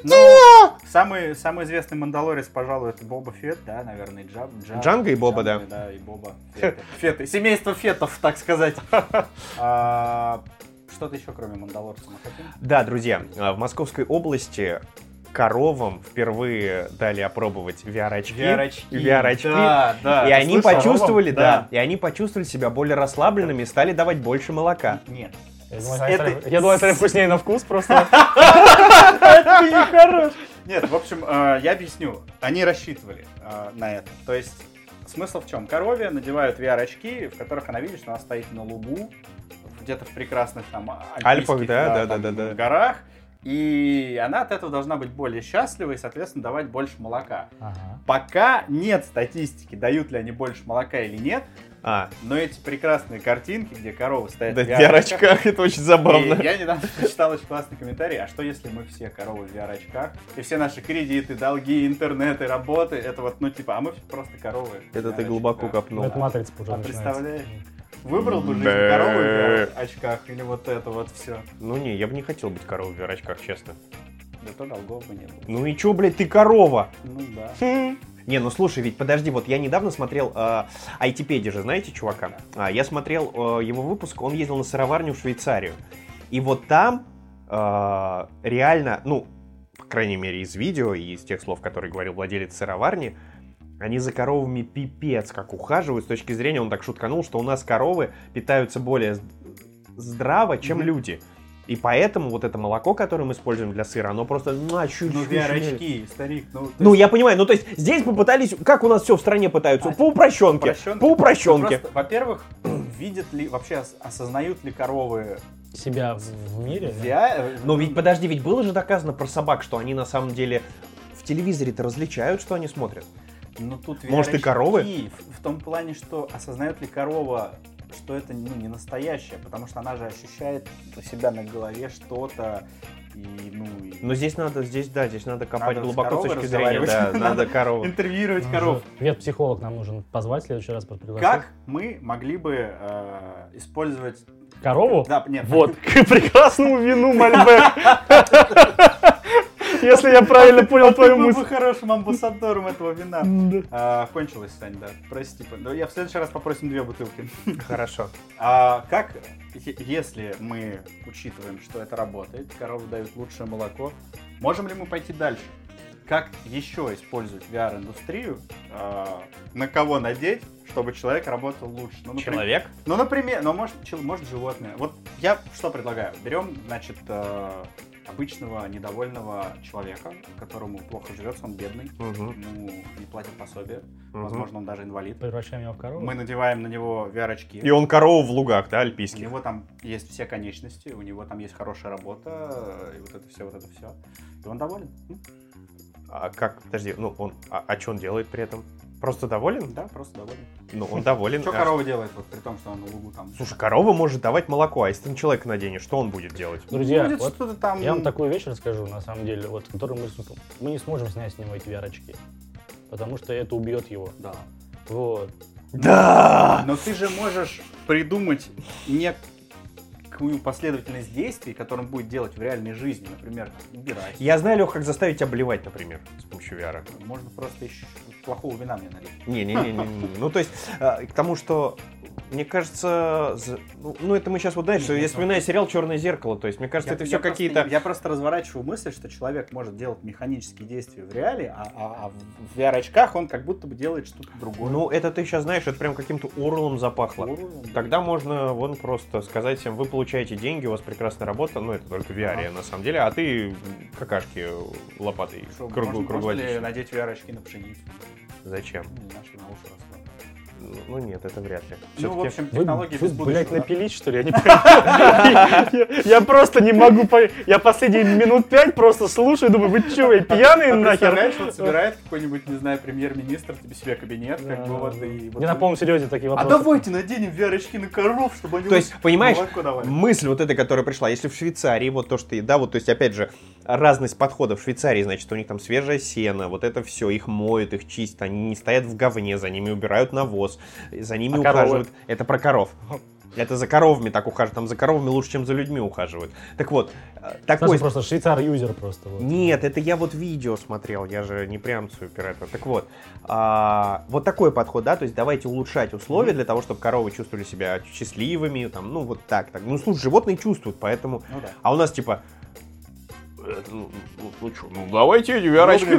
S2: Ну, самый, самый известный Мандалорец, пожалуй, это Боба Фетт, да, наверное, и Джаб, Джа-
S1: Джанго и Боба,
S2: Джанго, Да, и Боба. Фетт. Фетты. Семейство Фетов, так сказать. А, Что-то еще, кроме Мандалорца, мы хотим?
S1: Да, друзья, э, в Московской области коровам впервые дали опробовать VR-очки. VR-очки.
S2: Да, да.
S1: и
S2: Ты
S1: они
S2: слышал?
S1: почувствовали, да,
S2: Да.
S1: и они почувствовали себя более расслабленными и стали давать больше молока.
S2: Нет.
S3: Я думал, они
S2: этой-
S3: стали- я думал, они стали вкуснее на вкус просто.
S2: Нет, в общем, э, я объясню. Они рассчитывали э, на это. То есть смысл в чем? Корове надевают VR-очки, в которых она, видишь, она стоит на лугу, где-то в прекрасных там альпийских,
S1: Альпах, да, да,
S2: там,
S1: да, да, да.
S2: горах. И она от этого должна быть более счастлива и, соответственно, давать больше молока.
S3: Ага.
S2: Пока нет статистики, дают ли они больше молока или нет,
S1: А,
S2: но эти прекрасные картинки, где коровы стоят
S1: да,
S2: в
S1: в
S2: VR-очках,
S1: VR-очках это очень
S2: и
S1: забавно.
S2: я недавно прочитал очень классный комментарий, а что если мы все коровы в VR-очках, и все наши кредиты, долги, интернеты, работы, это вот, ну типа, а мы коровы. коровы. в
S1: Это ты
S2: VR-очках.
S1: глубоко копнул.
S3: Это матрица уже
S2: А
S3: начинается.
S2: представляешь? Выбрал бы жизнь
S1: Да.
S2: коровы в VR-очках или вот это вот все.
S1: Ну не, я бы не хотел быть коровой в VR-очках, честно.
S2: Да то долгов бы не было.
S1: Ну и чё, блядь, ты корова?
S2: Ну да.
S1: Не, ну слушай, ведь подожди, вот я недавно смотрел э, Айтипеди же, знаете, чувака? А, я смотрел э, его выпуск, он ездил на сыроварню в Швейцарию. И вот там э, реально, ну, по крайней мере, из видео и из тех слов, которые говорил владелец сыроварни, они за коровами пипец как ухаживают. С точки зрения, он так шутканул, что у нас коровы питаются более з- здраво, чем
S2: Мгм.
S1: люди. И поэтому вот это молоко, которое мы используем для сыра, оно просто... Ну, а чуть-чуть
S2: Ну,
S1: шмель.
S2: VR-очки, старик, ну... то
S1: Ну,
S2: есть
S1: я понимаю, ну то есть здесь попытались, как у нас все в стране пытаются,
S2: А,
S1: по упрощенке,
S2: упрощёнка.
S1: по
S2: Ну,
S1: упрощенке.
S2: просто, Во-первых, видят ли, вообще ос- осознают ли коровы
S3: Себя в, в мире. да?
S2: VR? э,
S1: Но Ну, ведь, подожди, ведь было же доказано про собак, что они на самом деле в телевизоре-то различают, что они смотрят.
S2: Ну, тут
S1: Может, и
S2: VR-очки
S1: коровы?
S2: В, в том плане, что осознает ли корова, что это ну, не настоящее, потому что она же ощущает у себя на голове что-то, и, ну, и...
S1: Но здесь надо, здесь, да, здесь надо копать
S2: Надо с
S1: глубоко с
S2: коровой
S1: точки зрения, да,
S2: разговаривать.
S1: надо корову.
S2: интервьюировать
S3: Ну,
S2: коров.
S3: уже Ветпсихолог нам нужен позвать в следующий раз. пригласить.
S2: Как мы могли бы э, использовать...
S3: Корову?
S2: Да, нет.
S3: Вот, к прекрасному вину Мальбек. Если я правильно понял
S2: А Ты
S3: твою
S2: был бы
S3: мысль.
S2: хорошим амбассадором этого вина.
S3: Да.
S2: А, кончилось, Сань, да. Прости. по- да Я в следующий раз попросим две бутылки.
S1: Хорошо.
S2: А как, е- если мы учитываем, что это работает, коровы дают лучшее молоко, можем ли мы пойти дальше? Как еще использовать VR-индустрию? а, на кого надеть, чтобы человек работал лучше? Ну, например-
S1: Человек?
S2: Ну, например, ну, может, чел- может животное. Вот я что предлагаю? Берем, значит, э, обычного недовольного человека, которому плохо живется, он бедный,
S1: Мгм,
S2: ему не платят пособие,
S1: мгм.
S2: возможно, он даже инвалид.
S3: Превращаем его в корову.
S2: Мы надеваем на него VR-очки.
S1: И он корову в лугах, да,
S2: У
S1: альпийских?
S2: него там есть все конечности, у него там есть хорошая работа, э, и вот это все, вот это все. И он доволен. Ну, М,
S1: А как, подожди, ну он, а, а что он делает при этом? Просто доволен?
S2: Да, просто доволен.
S1: Ну, он доволен.
S2: Что
S1: А
S2: корова делает, вот при том, что он на лугу там.
S1: Слушай, корова может давать молоко, а если ты на человека наденешь, что он будет делать?
S3: Друзья,
S2: будет
S3: вот
S2: что-то там.
S3: я вам такую вещь расскажу, на самом деле, вот, которую мы, с- мы не сможем снять с него эти VR-очки. Потому что это убьет его.
S2: Да.
S3: Вот.
S1: Да!
S2: Но ты же можешь придумать некую последовательность действий, которым будет делать в реальной жизни. Например, там, убирай.
S1: Я знаю, Лех, как заставить тебя блевать, например, с помощью VR.
S2: Можно просто еще плохого вина мне налить.
S1: Не-не-не. Ну, то есть, э, к тому, что, мне кажется, за- ну, ну, это мы сейчас вот дальше,
S2: Нет,
S1: я
S2: нет,
S1: вспоминаю сериал «Черное зеркало», то есть, мне кажется,
S2: Я-
S1: это
S2: я
S1: все
S2: просто-
S1: какие-то...
S2: Я просто разворачиваю мысль, что человек может делать механические действия в реале, а, а- а в VR-очках он как будто бы делает что-то другое.
S1: Ну, это ты сейчас знаешь, это прям каким-то урлом запахло.
S2: Уровень.
S1: Тогда можно вон просто сказать всем, вы получаете деньги, у вас прекрасная работа, ну, это только в VR, на самом деле, а ты какашки лопатой круглую
S2: Что, можно- можно ли
S1: круглодишь.
S2: надеть VR-очки на пшеницу?
S3: Ну,
S1: Зачем?
S2: Не знаю, что на уши росло.
S1: Ну, нет, это вряд ли.
S2: Ну, в
S1: Всё-таки-
S2: общем,
S3: Вы,
S2: технологии
S3: вы,
S2: без
S3: блядь,
S2: будущего, да?
S3: напилить, что ли? Я не понимаю. Я- Я просто не могу... по- Я последние минут пять просто слушаю, думаю, вы чё, я пьяные
S2: А
S3: нахер?
S2: представляешь, вот собирает какой-нибудь, не знаю, премьер-министр тебе себе кабинет, как бы вот и... вот
S3: Не Э, на
S2: он-
S3: полном серьезе такие
S2: А
S3: вопросы.
S2: давайте наденем VR-очки на коров, чтобы они...
S1: То есть, понимаешь,
S2: молоко давали.
S1: мысль вот эта, которая пришла, если в Швейцарии, вот то, что, и- да, вот, то есть, опять же, разность подходов в Швейцарии, значит, у них там свежее сено, вот это все, их моют, их чистят, они не стоят в говне, за ними убирают навоз, за ними
S3: А коровы?
S1: ухаживают. Это про коров. Это за коровами так ухаживают, там за коровами лучше, чем за людьми ухаживают. Так вот, э, такой...
S3: Саша просто швейцар-юзер просто. вот.
S1: Нет, это я вот видео смотрел, я же не прям супер это. Так вот, а, вот такой подход, да, то есть давайте улучшать условия для того, чтобы коровы чувствовали себя счастливыми, там, ну вот так, так. Ну слушай, животные чувствуют, поэтому.
S2: Ну да.
S1: А у нас типа. э, Ну, ну, ну чё, ну, давайте эти VR-очки,
S2: Ну,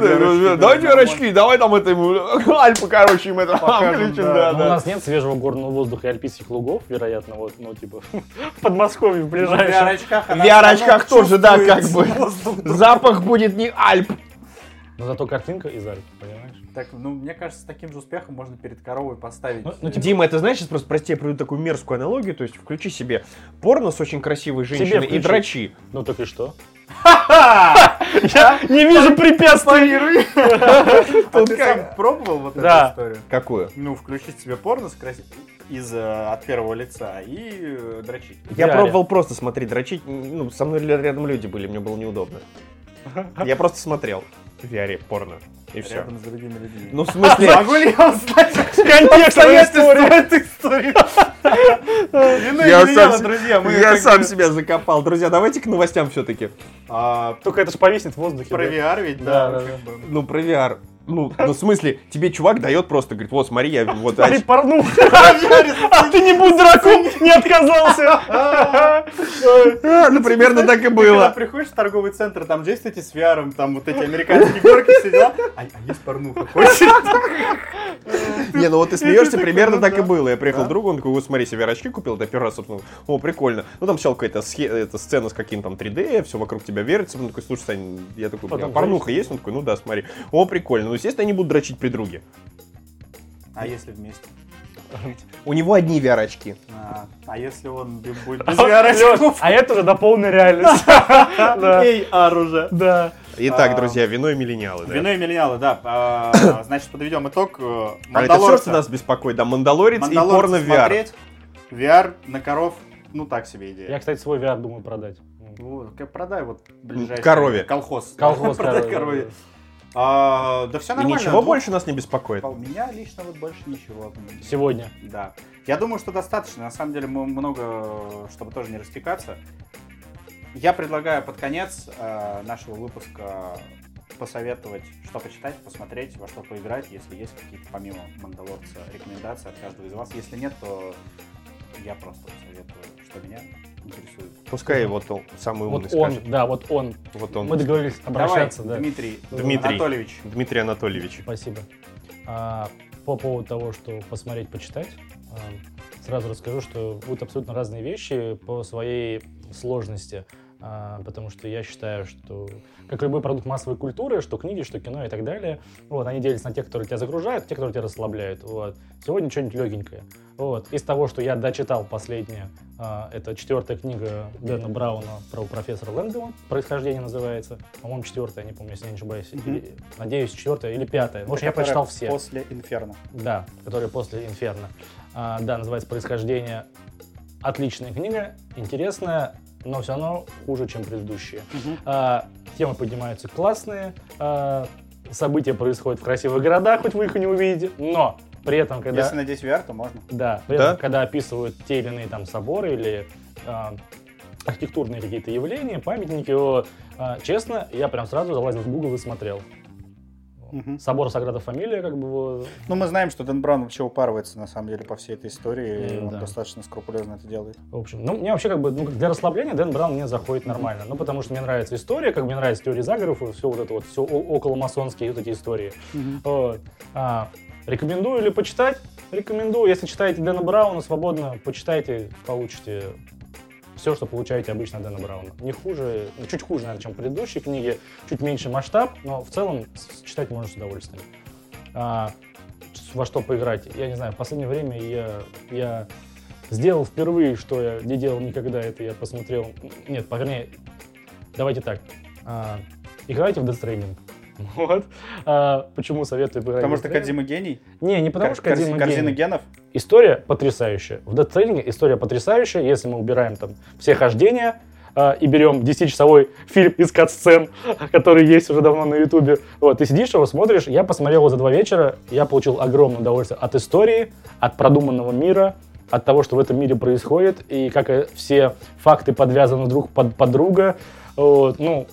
S1: да,
S2: блин, VR-очки, да,
S1: давайте
S2: нормально.
S1: VR-очки, давай там это ему, Альпа, короче, им это
S2: Покажем,
S1: включим,
S2: да.
S1: да,
S3: Ну,
S1: да.
S3: у нас нет свежего горного воздуха и альпийских лугов, вероятно, вот, ну, типа, в Подмосковье
S1: Ну,
S3: в
S2: В
S3: ближайшем.
S2: VR-очках...
S1: В VR-очках тоже, да, как бы. ну,
S2: бы.
S1: Запах будет не Альп.
S3: Но зато картинка из Альп, понимаешь?
S2: Так, ну, мне кажется, с таким же успехом можно перед коровой поставить... э,
S3: Ну, ну, типа,
S1: Дима, это знаешь, сейчас просто, прости, я приведу такую мерзкую аналогию, то есть включи себе порно с очень красивой женщиной и
S3: включи.
S1: дрочи.
S3: Ну, так и что? Я не вижу препятствий!
S2: А ты
S1: как-
S2: сам пробовал вот эту
S3: Да.
S2: историю?
S1: Какую?
S2: Ну, включить себе порно с краси- из э, от первого лица и э, дрочить.
S1: Я
S3: Диаре.
S1: пробовал просто смотреть, дрочить. Ну, со мной ля- рядом люди были, мне было неудобно. Я просто смотрел в VR порно. И все.
S2: Рядом с другими людьми.
S1: Ну, в смысле...
S2: Могу ли я узнать
S1: Ну,
S3: Контекст истории!
S2: эту историю? Вино
S1: Я
S2: не дело,
S1: сам-
S2: ну, друзья. мы как бы-
S1: себя закопал. Друзья, давайте к новостям все-таки.
S2: А,
S3: Только это ж повиснет в воздухе.
S2: Про
S3: да.
S2: VR ведь,
S3: Да,
S2: да.
S3: да,
S2: как бы.
S1: Ну, про VR. Ну, ну, в смысле, тебе чувак дает просто, говорит, вот смотри, я вот...
S3: Смотри,
S1: оч-
S3: порнул. А ты не будь дураком, не отказался. Ой.
S1: А, ну, примерно так и
S2: Когда
S1: было.
S2: приходишь в торговый центр, там же есть эти с VR, там вот эти американские горки, все дела. А, а есть порнуха, хочешь?
S1: Не, ну вот ты
S2: ты
S1: смеешься,
S2: такой,
S1: примерно
S2: ну
S1: так и
S2: да.
S1: было. Я приехал
S2: Да.
S1: к другу, он такой, вот смотри, себе очки купил, это первый раз, собственно. О, прикольно. Ну, там сначала какая-то схе- эта сцена с каким-то там 3D, все вокруг тебя верится. Он такой, слушай, Сань, я такой,
S3: Потом
S1: «Бля, порнуха есть? Он такой, ну да, смотри. О, прикольно. Ну, естественно, они будут дрочить при друге.
S2: А если вместе?
S1: У него одни VR-очки.
S2: А, а если он б- будет без
S3: Лёш,
S2: VR-очков?
S3: А это уже до полной реальности. Да.
S2: AR уже.
S3: Да.
S1: Итак,
S2: А.
S1: друзья, вино и миллениалы. да.
S2: Вино и миллениалы, да. А, Значит, подведем итог. э,
S1: А это все,
S2: Мандалорца.
S1: что нас беспокоит. Да, Мандалорец,
S2: Мандалорца
S1: и порно VR.
S2: смотреть. VR на коров, ну так себе
S3: Я,
S2: идея.
S3: кстати, свой VR думаю продать.
S2: Ну, к- продай вот ближайший.
S1: Корове.
S2: Колхоз.
S3: Колхоз,
S2: Продай корове.
S3: короче.
S2: А, Да все
S1: И
S2: нормально.
S1: ничего
S2: Двух-
S1: больше нас не беспокоит.
S2: У меня лично вот больше ничего.
S3: Сегодня.
S2: Да. Я думаю, что достаточно. На самом деле, мы много, чтобы тоже не растекаться. Я предлагаю под конец э, нашего выпуска посоветовать, что почитать, посмотреть, во что поиграть, если есть какие-то, помимо Мандалорца, рекомендации от каждого из вас. Если нет, то я просто советую, что меня интересует.
S1: Пускай вот он, самый умный
S3: Вот
S1: скажет.
S3: он, да, вот он.
S1: Вот
S3: Мы
S1: он.
S3: договорились обращаться,
S2: Давай,
S3: да.
S2: Дмитрий,
S1: Дмитрий.
S2: Анатольевич.
S1: Дмитрий Анатольевич.
S3: Спасибо. А, по поводу того, что посмотреть, почитать, а, сразу расскажу, что будут абсолютно разные вещи по своей сложности. А, потому что я считаю, что как любой продукт массовой культуры, что книги, что кино и так далее, вот, они делятся на тех, которые тебя загружают, те, которые тебя расслабляют. Вот. Сегодня что-нибудь легенькое. Вот. Из того, что я дочитал последнее, а, это четвертая книга Дэна Брауна про профессора Лэнгдона, «Происхождение» называется. По-моему, четвертая, не помню, если я не ошибаюсь.
S2: Мгм.
S3: Или- надеюсь, четвертая или пятая. В общем, я
S2: Которая
S3: прочитал все.
S2: После Инферно.
S3: Да, которые после «Инферно». А, да, называется «Происхождение». Отличная книга, интересная, но все равно хуже, чем предыдущие. А, темы поднимаются классные, а, события происходят в красивых городах, хоть вы их и не увидите, но при этом, когда...
S2: Если надеть VR, то можно.
S3: Да, при этом,
S1: Да?
S3: когда описывают те или иные там соборы или а, архитектурные какие-то явления, памятники, о, а, честно, я прям сразу залазил в Google и смотрел.
S2: Мгм.
S3: Собор Саграда Фамилия, как бы, вот,
S2: Ну, мы знаем, что Дэн Браун вообще упарывается, на самом деле, по всей этой истории. и
S3: М,
S2: он
S3: Ну да.
S2: достаточно скрупулезно это делает.
S3: в общем. Ну, мне вообще, как бы, ну, как для расслабления Дэн Браун мне заходит нормально. Ну, потому что мне нравится история, как бы, мне нравится теория заговоров, и все вот это вот, все околомасонские вот эти истории. Вот. А, рекомендую или почитать? Рекомендую. Если читаете Дэна Брауна, свободно почитайте, получите все, что получаете обычно от Дэна Брауна. Не хуже, ну, чуть хуже, наверное, чем предыдущие книги, чуть меньше масштаб, но в целом с- читать можно с удовольствием. А, с- во что поиграть? Я не знаю, в последнее время я, я сделал впервые, что я не делал никогда, это я посмотрел... Нет, по вернее, давайте так. А, играйте в Death Stranding. Вот. А, почему советую поиграть
S2: Потому
S3: в Death
S2: что
S3: Stranding?
S2: Кадзима гений.
S3: Не, не потому
S2: Кор-
S3: что
S2: корзи-
S3: Кодзима
S2: корзина
S3: гений.
S2: генов.
S3: История потрясающая. В Death Stranding история потрясающая, если мы убираем там все хождения э, и берем 10-часовой фильм из кат-сцен, который есть уже давно на Ютубе. Вот, ты сидишь его, смотришь. Я посмотрел его за два вечера, я получил огромное удовольствие от истории, от продуманного мира, от того, что в этом мире происходит, и как э, все факты подвязаны друг под, под друга. Вот, ну,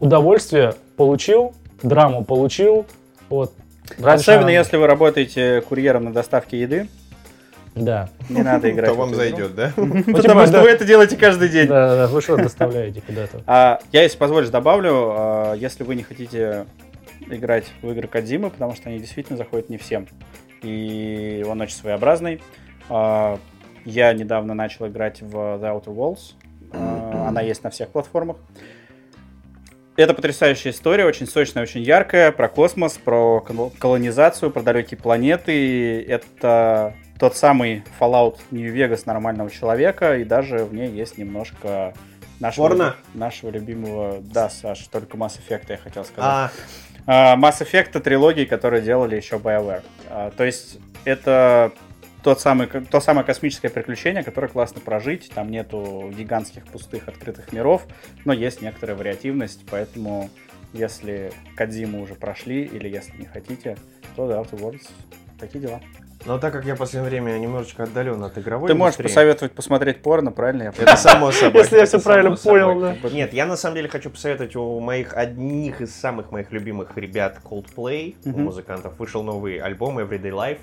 S3: удовольствие получил, драму получил. Вот. Раньше
S2: Особенно
S3: она-
S2: если вы работаете курьером на доставке еды,
S3: Да.
S2: не надо играть.
S1: То
S2: в
S1: вам
S2: эту игру.
S1: зайдет, да?
S3: Типа,
S2: Потому что вы это делаете каждый день.
S3: Да, да, вы что доставляете куда-то?
S2: А, я, если позволишь, добавлю, а, если вы не хотите играть в игры Кадзимы, потому что они действительно заходят не всем. И он очень своеобразный. А, я недавно начал играть в The Outer Worlds. А, она есть на всех платформах. Это потрясающая история, очень сочная, очень яркая, про космос, про кол- колонизацию, про далекие планеты. Это тот самый Fallout New Vegas нормального человека, и даже в ней есть немножко нашего,
S1: Порно?
S2: нашего любимого... Да, Саш, только Mass Effect я хотел сказать.
S1: А,
S2: А, Mass Effect трилогии, которые делали еще BioWare. А, То есть это тот самый, то самое космическое приключение, которое классно прожить. Там нету гигантских пустых открытых миров, но есть некоторая вариативность, поэтому если Кадзиму уже прошли или если не хотите, то The Outer Worlds. Такие дела.
S1: Но так как я в последнее время немножечко отдален от игровой
S2: Ты можешь
S1: индустрии-
S2: посоветовать посмотреть порно, правильно? Я
S1: Это само собой.
S3: Если я
S1: это
S3: все
S1: само
S3: правильно
S1: собой.
S3: понял, да.
S1: Нет, я на самом деле хочу посоветовать у моих одних из самых моих любимых ребят Coldplay, у
S2: Мгм.
S1: музыкантов, вышел новый альбом Everyday Life.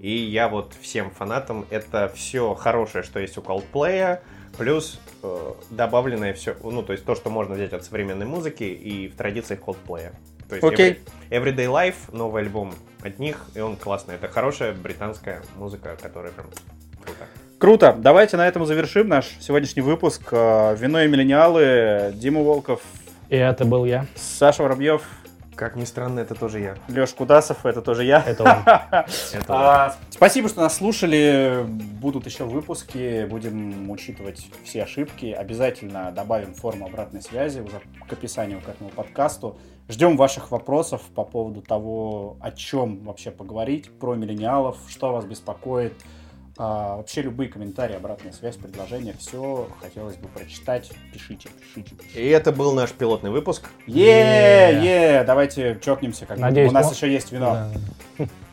S1: И я вот всем фанатам это все хорошее, что есть у Coldplay, плюс э, добавленное все, ну то есть то, что можно взять от современной музыки и в традициях Coldplay. То есть
S2: Окей.
S1: Every- Everyday Life, новый альбом от них, и он классный. Это хорошая британская музыка, которая прям круто.
S2: Круто. Давайте на этом завершим наш сегодняшний выпуск. Э, Вино и миллениалы. Дима Волков,
S3: И это был я.
S2: Саша Воробьев,
S1: Как ни странно, это тоже я.
S2: Леш Кудасов. Это тоже я.
S3: Это он.
S1: Это
S2: А, Спасибо, что нас слушали. Будут еще выпуски. Будем учитывать все ошибки. Обязательно добавим форму обратной связи уже к описанию к этому подкасту. Ждем ваших вопросов по поводу того, о чем вообще поговорить, про миллениалов, что вас беспокоит. А, вообще любые комментарии, обратная связь, предложения, все хотелось бы прочитать. Пишите, пишите, пишите.
S1: И это был наш пилотный выпуск.
S2: Е, е, давайте чокнемся. Как бы.
S3: Надеюсь,
S2: у нас
S3: он-
S2: еще есть вино.
S3: Да.